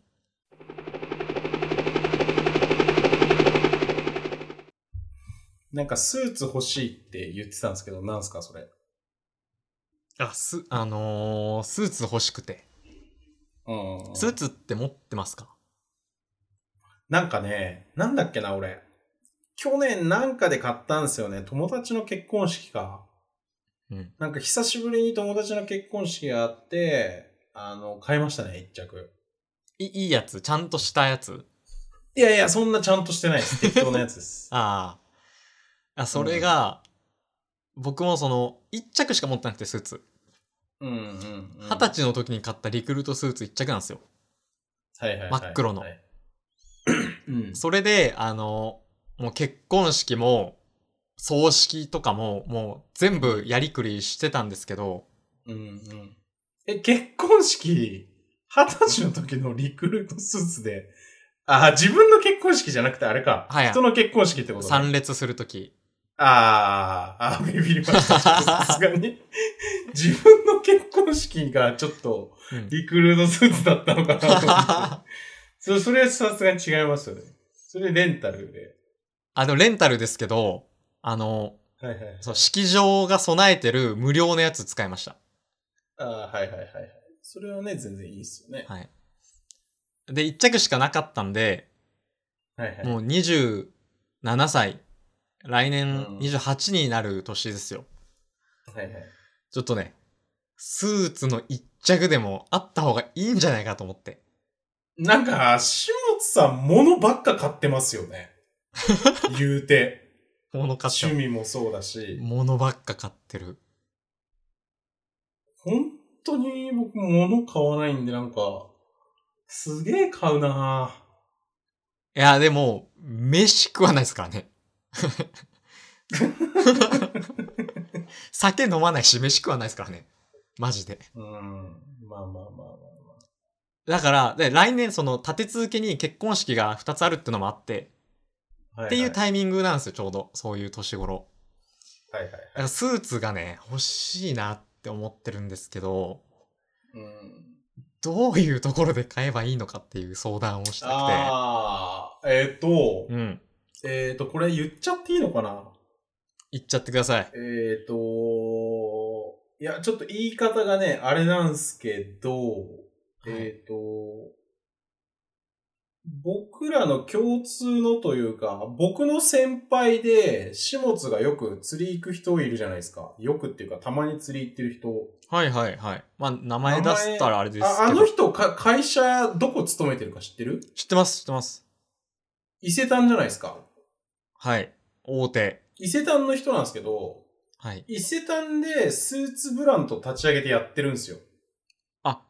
なんかスーツ欲しいって言ってたんですけど、なんすかそれ。
あ、す、あのースーツ欲しくて。
うん
スーツって持ってますか
なんかね、なんだっけな、俺。去年なんかで買ったんですよね。友達の結婚式か。
うん。
なんか久しぶりに友達の結婚式があって、あの、買いましたね、一着。
いいいやつ、ちゃんとしたやつ。
いやいや、そんなちゃんとしてないです。適当なやつ です。
ああ。あそれが、僕もその、一着しか持ってなくて、スーツ。
うんうんうん
二十歳の時に買ったリクルートスーツ一着なんですよ。
はいはいはい
真っ黒の
はいうん。
それで、あの、もう結婚式も、葬式とかも、もう全部やりくりしてたんですけど、
うんうん。え、結婚式、二十歳の時のリクルートスーツで、あ、自分の結婚式じゃなくてあれか。
はいはい
人の結婚式ってことね
参列する時
あーあー、ビビりました。ちょっとさすがに。自分の結婚式がちょっと
うん
リクルートスーツだったのかなと思って。そそれはさすがに違いますよね。それレンタルで。
あ、でもレンタルですけど、あの、
はいはい。
そう、式場が備えてる無料のやつ使いました。
ああ、はいはいはいはい。それはね、全然いいですよね。
はい。で、一着しかなかったんで、
はいはい。
もう27歳、来年
うん
28になる年ですよ。
はいはい。
ちょっとね、スーツの一着でもあった方がいいんじゃないかと思って。
なんか、下津さん、物ばっか買ってますよ ね。言うて。
物買って
趣
も
味もそうだし。
物ばっか買ってる。
本当に僕、物買わないんで、なんか、すげえ買うない
や、でも、飯食わないですからね。 酒飲まないし、飯食わないですからね。マジで。
ぁ。うん。まあまあまあまあまあ。
だから、で来年、その、立て続けに結婚式が2つあるってのもあって、
は
っていうタイミングなんですよ、ちょうど。そういう年頃。
はいはいはい。
だからスーツがね、欲しいなって思ってるんですけど、
うん。
どういうところで買えばいいのかっていう相談をしたく
ああ、えっ、と
て。、うん。
えっ、と、これ言っちゃっていいのかな
言っちゃってください。
えっ、と、いや、ちょっと言い方がね、あれなんすけど、えっ、と、僕らの共通のというか、僕の先輩で、始末がよく釣り行く人いるじゃないですか。よくっていうか、たまに釣り行ってる人。
はいはいはい。まあ、名前出したらあれです
ああ
け
の
ど。
人か、会社どこ勤めてるか知ってる
知ってます、知ってます。
伊勢丹じゃないですか。
はい。大手。
伊勢丹の人なんですけど、
はい。
伊勢丹でスーツブランド立ち上げてやってるんですよ。
あ、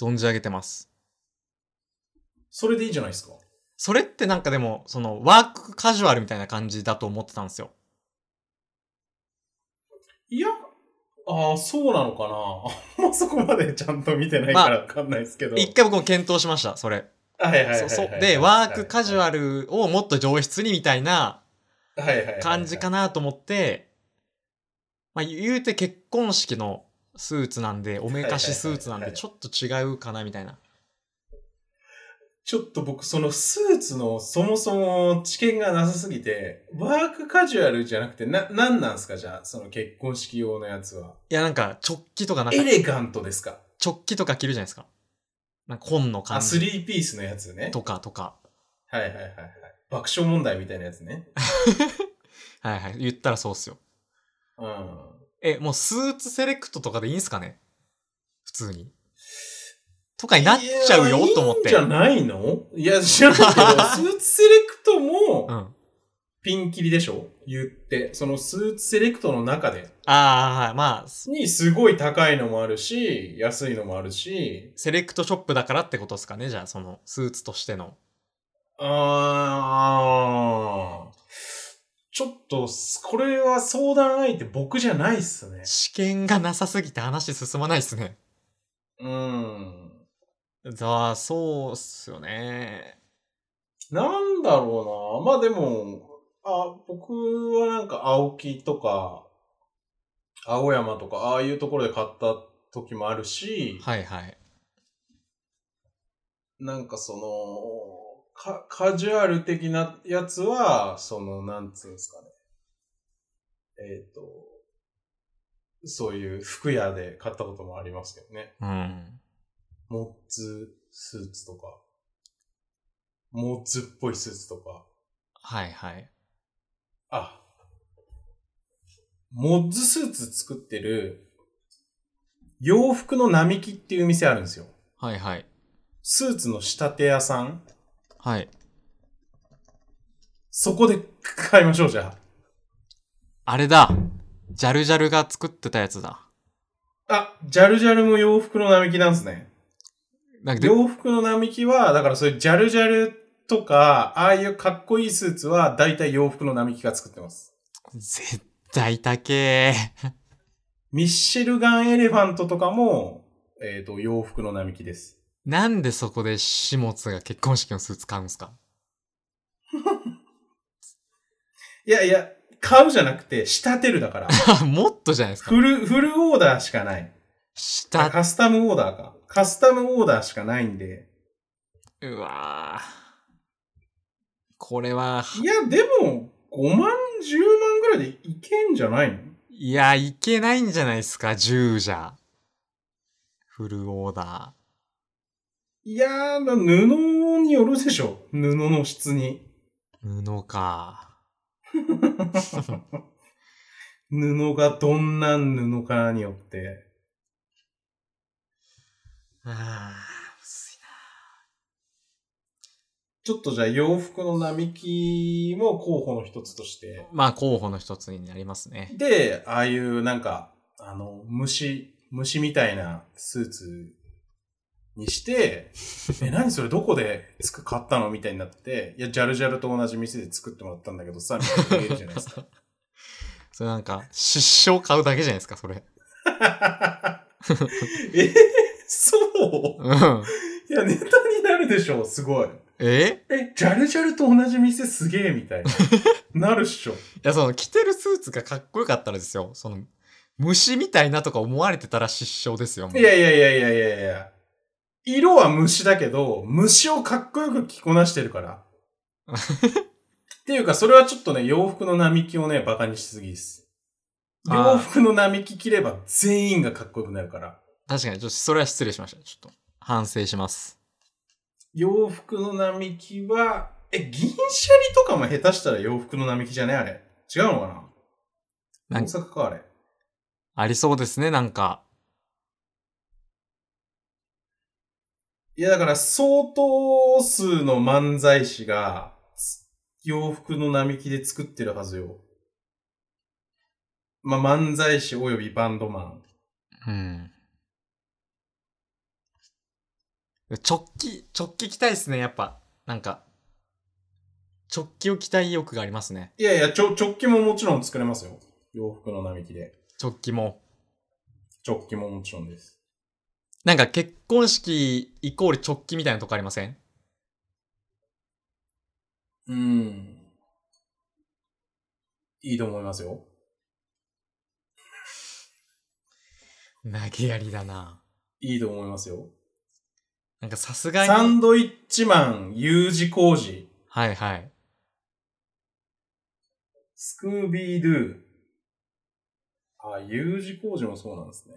存じ上げてます。
それでいいじゃないですか。
それってなんかでも、その、ワークカジュアルみたいな感じだと思ってたんですよ。
いや、ああ、そうなのかな。あん まそこまでちゃんと見てないからわかんないですけど。
一回僕も検討しました、それ。
はいはいはいは
そ
い。
そで、ワークカジュ
ル
アルをもっと上質にみたいな感じか
な。
なと思って、まあ、言うて結婚式のスーツなんで、おめかしスーツなん
はいはいはいは
で、
い
ちょっと違うかなみたいな。
ちょっと僕、そのスーツのそもそも知見がなさすぎて、ワークカジュアルじゃなくて、な、なんなんすかじゃあ、その結婚式用のやつは。
いや、なんか、直帰とかなんか
エ、レガントですか
直帰とか着るじゃないですか。なんか、紺の
あ、
感
ス
じ
リーピースのやつね。
とかとか。
はいはいはいはい。爆笑問題みたいなやつね。
はいはい。言ったらそうっすよ。
うん。
え、もうスーツセレクトとかでいいんすかね普通に。とかになっちゃうよと思っ
い
て。
やいいんじゃないのいや、知らないけど、スーツセレクトも、
うん。あ
ピンキリでしょ言って、そのスーツセレクトの中で、
あ、はいまあ、セ
にすごい高いのもあるし、安いのもあるし、
セレクトショップだからってことですかねじゃあ、その、スーツとしての。
あー、ちょっと、これは相談相手僕じゃないっすね。
試験がなさすぎて話進まないっすね。
うん。
だあ、そうっすよね。
なんだろうなまあでも、あ、僕はなんか青木とか、青山とか、ああいうところで買った時もあるし、
はいはい。
なんかその、か、カジュアル的なやつは、その、なんつうんですかね。えっ、と、そういう服屋で買ったこともありますけどね。
うん。
モッツスーツとか、モッツっぽいスーツとか。
はいはい。
あ、モッズスーツ作ってる洋服の並木っていう店あるんですよ。
はいはい。
スーツの仕立て屋さん。
はい。
そこで 買いましょう、じゃ
あれだジャルジャルが作ってたやつだ。
あ。あ、ジャルジャルも洋服の並木なんですね。
なんかで、
洋服の並木は、だからそういうジャルジャルとか、ああいうかっこいいスーツは、だいたい洋服の並木が作ってます。
絶対高え。
ミッシェルガンエレファントとかも、えっ、と、洋服の並木です。
なんでそこで始末が結婚式のスーツ買うんすか
いやいや、買うじゃなくて、仕立てるだから。
あもっとじゃないですか。
フル、フルオーダーしかない。
下
カスタムオーダーか。カスタムオーダーしかないんで。
うわぁ。これは、
いや、でも、5万、10万ぐらいでいけんじゃないの
いや、いけないんじゃないですか、10じゃ。フルオーダ
いやー、まあ布によるでしょ。布の質に。
ー。布か。
布がどんな布かによって。
あーむずいな
ちょっとじゃあ洋服の並木も候補の一つとして。
まあ、候補の一つになりますね。
で、ああいうなんか、あの、虫、虫みたいなスーツにして、え、何それどこでつく買ったのみたいになって、いや、ジャルジャルと同じ店で作ってもらったんだけどさ、みたいな言えるじゃないですか。
それなんか、失笑買うだけじゃないですか、それ。
えそう
うん。
いや、ネタになるでしょ、すごい。
え
え、ジャルジャルと同じ店すげえ、みたいな。なるっしょ。
いや、その、着てるスーツがかっこよかったらですよ。その、虫みたいなとか思われてたら失笑ですよ。もう
いやいやいやいやいやいや。色は虫だけど、虫をかっこよく着こなして るから。っていうか、それはちょっとね、洋服の並木をね、バカにしすぎです。
あー
洋服の並木着れば全員がかっこよくなるから。
確かに、ちょっとそれは失礼しました。ちょっと、反省します。
洋服の並木は、え、銀シャリとかも下手したら洋服の並木じゃねあれ。違うのか
な
な
ん
大阪か、あれ。
ありそうですね、なんか。
いや、だから相当数の漫才師が洋服の並木で作ってるはずよ。まあ、漫才師およびバンドマン。
うん。直帰、直帰着たいですね、やっぱ。なんか。直帰を着たい意欲がありますね。
いやいや、ちょ、直帰ももちろん作れますよ。洋服の並木で。
直帰も。
直帰ももちろんです。
なんか結婚式イコール直帰みたいなとこありません
うん。いいと思いますよ。
投げやりだない
いと思いますよ。
なんかさすが
サ
に。
ンドイッチマン、U 字工事、
はいはい。
スクービードゥ。あ、U 字工事もそうなんですね。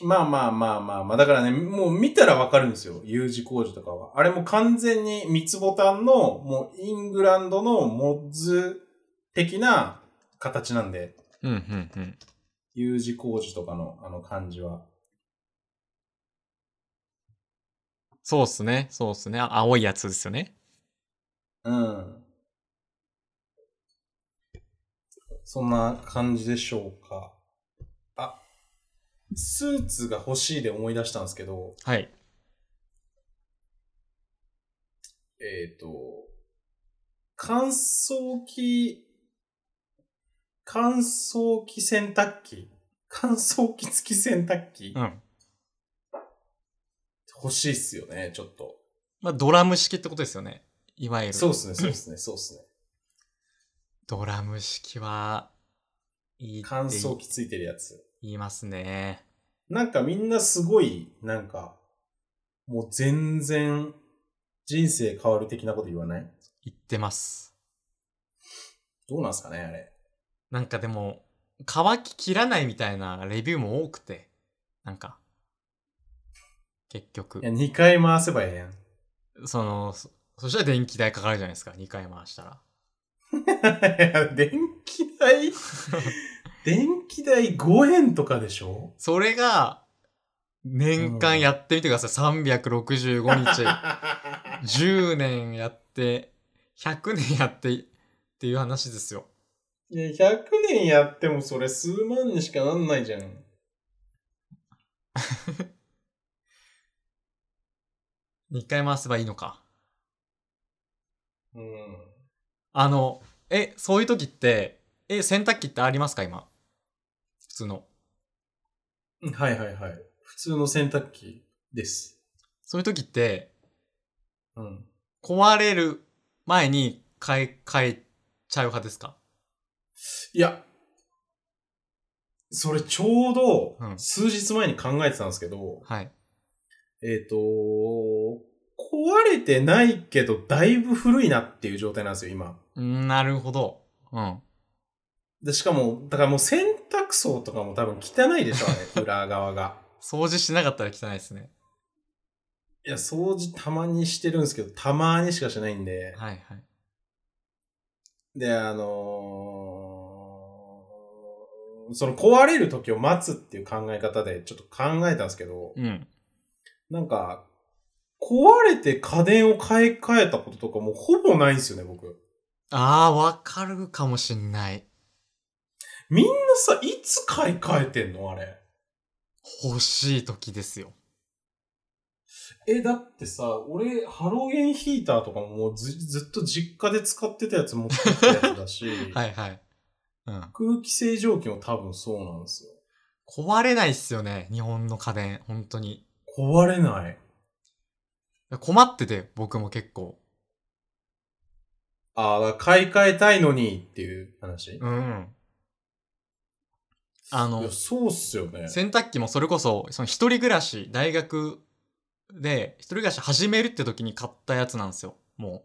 まあまあまあまあまあ、だからね、もう見たらわかるんですよ。U 字工事とかは。あれも完全に三つボタンの、もうイングランドのモッズ的な形なんで。
うんうんうん。
U 字工事とかのあの感じは。
そうっすね、そうっすね。あ青いやつですよね。
うん。そんな感じでしょうか。あ、スーツが欲しいで思い出したんですけど、
はい。
えっ、と、乾燥機、乾燥機洗濯機、乾燥機付き洗濯機、
うん。
欲しいっすよね、ちょっと。
まあ、ドラム式ってことですよね。いわゆる。
そうっすね、そうっすね、そうっすね。
ドラム式は、いいって
乾燥機付いてるやつ。
言いますね。
なんかみんなすごい、なんか、もう全然人生変わる的なこと言わない
言ってます。
どうなんすかねあれ。
なんかでも、乾ききらないみたいなレビューも多くて、なんか、結局
いや、、2回回せばええやん。
その、そそしたら電気代かかるじゃないですか、2回回したら。
いや 電気代、電気代5円とかでしょ
それが、年間やってみてください。365日。10年やって、100年やって、っていう話ですよ。
いや、100年やってもそれ数万にしかなんないじゃん。
2回回せばいいのか。
うん。
あの、え、そういう時って、え、洗濯機ってありますか今。普通の。
はいはいはい。普通の洗濯機です。
そういう時って、
うん。
壊れる前に買い、買えちゃう派ですか
いや、それちょうど
うん
数日前に考えてたんですけど、
はい。
えっ、と、壊れてないけどだいぶ古いなっていう状態なんですよ、今。
うんなるほど。うん。
で、しかも、だからもう洗濯槽とかも多分汚いでしょ、 あれ、裏側が。
掃除しなかったら汚いですね。
いや、掃除たまにしてるんですけど、たまにしかしないんで。
はいはい。
で、あのーその壊れる時を待つっていう考え方でちょっと考えたんですけど、
うん。
なんか、壊れて家電を買い替えたこととかもうほぼないんですよね、僕。
あー、わかるかもしんない。
みんなさ、いつ買い替えてんのあれ。
欲しい時ですよ。
え、だってさ、俺、ハロゲンヒーターとかももうずずっと実家で使ってたやつ持ってきたやつだし、
はいはい。うん。
空気清浄機も多分そうなんですよ。
壊れないっすよね。日本の家電。本当に。
壊れない。
困ってて、僕も結構。
ああ、だから買い替えたいのにっていう話。
うん。あ
い
の
や、そうっすよね。
洗濯機もそれこそ、その一人暮らし、大学で、一人暮らし始めるって時に買ったやつなんですよ。もう。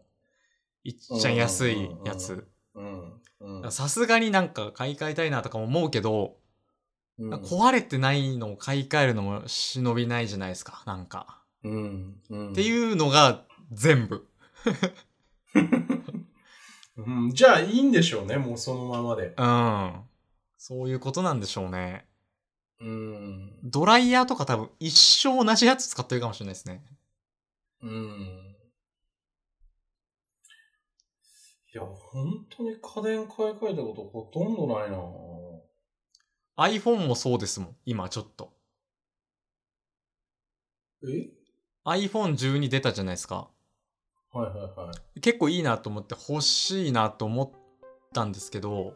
いっちゃん安いや
うん
つ。
うん。うん
さすがになんか買い替えたいなとかも思うけど、
うん
壊れてないのを買い替えるのも忍びないじゃないですか。なんか。
うん。うん
っていうのが全部。
うん。じゃあ、いいんでしょうね。もうそのままで。
うん。そういうことなんでしょうね。
うん。
ドライヤーとか多分一生同じやつ使ってるかもしれないですね。
うん。いや、本当に家電買い替えたことほとんどないな
iPhone もそうですもん、今ちょっと。
え
iPhone12 出たじゃないですか。
はいはいはい。
結構いいなと思って欲しいなと思ったんですけど、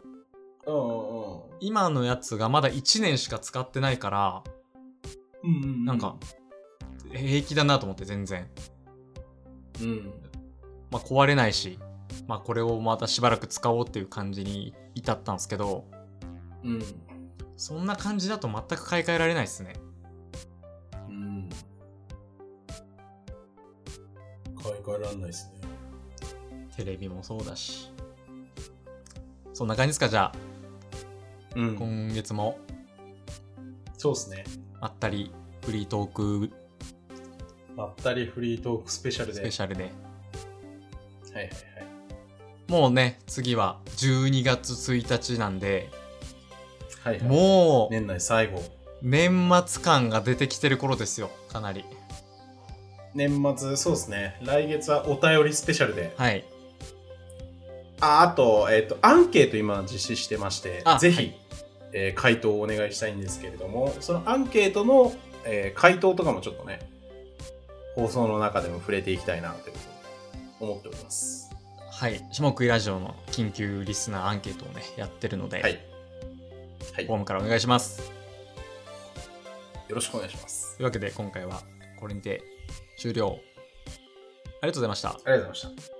う
今のやつがまだ1年しか使ってないから、
んうんうん。
なんか、平気だなと思って全然。
うん。
まあ壊れないし、まあこれをまたしばらく使おうっていう感じに至ったんですけど、
うん。
そんな感じだと全く買い替えられないですね。
うん。買い替えらんないっすね。
テレビもそうだし。そんな感じですかじゃあ、
うん。
今月も
そうっすね。
まったりフリートーク
まったりフリートークスペシャルで。
スペシャルで。
はいはい
もうね、次は12月1日なんで、
はい。はいはい、
もう
年内最後。
年末感が出てきてる頃ですよ、かなり。
年末、そうですね。来月はお便りスペシャルで。
はい。
あ、あと、えっ、と、アンケート今実施してまして
あ、
ぜひ、
はい
えー回答をお願いしたいんですけれども、そのアンケートの、えー回答とかもちょっとね、放送の中でも触れていきたいなというふうに思っております。
はい。下食いラジオの緊急リスナーアンケートをね、やってるので、
はい。は
フ
い。
ォー
よ
ムからお願いします。
ろしくお願いします。
というわけで、今回はこれにて終了。ありがとうございました。
ありがとうございました。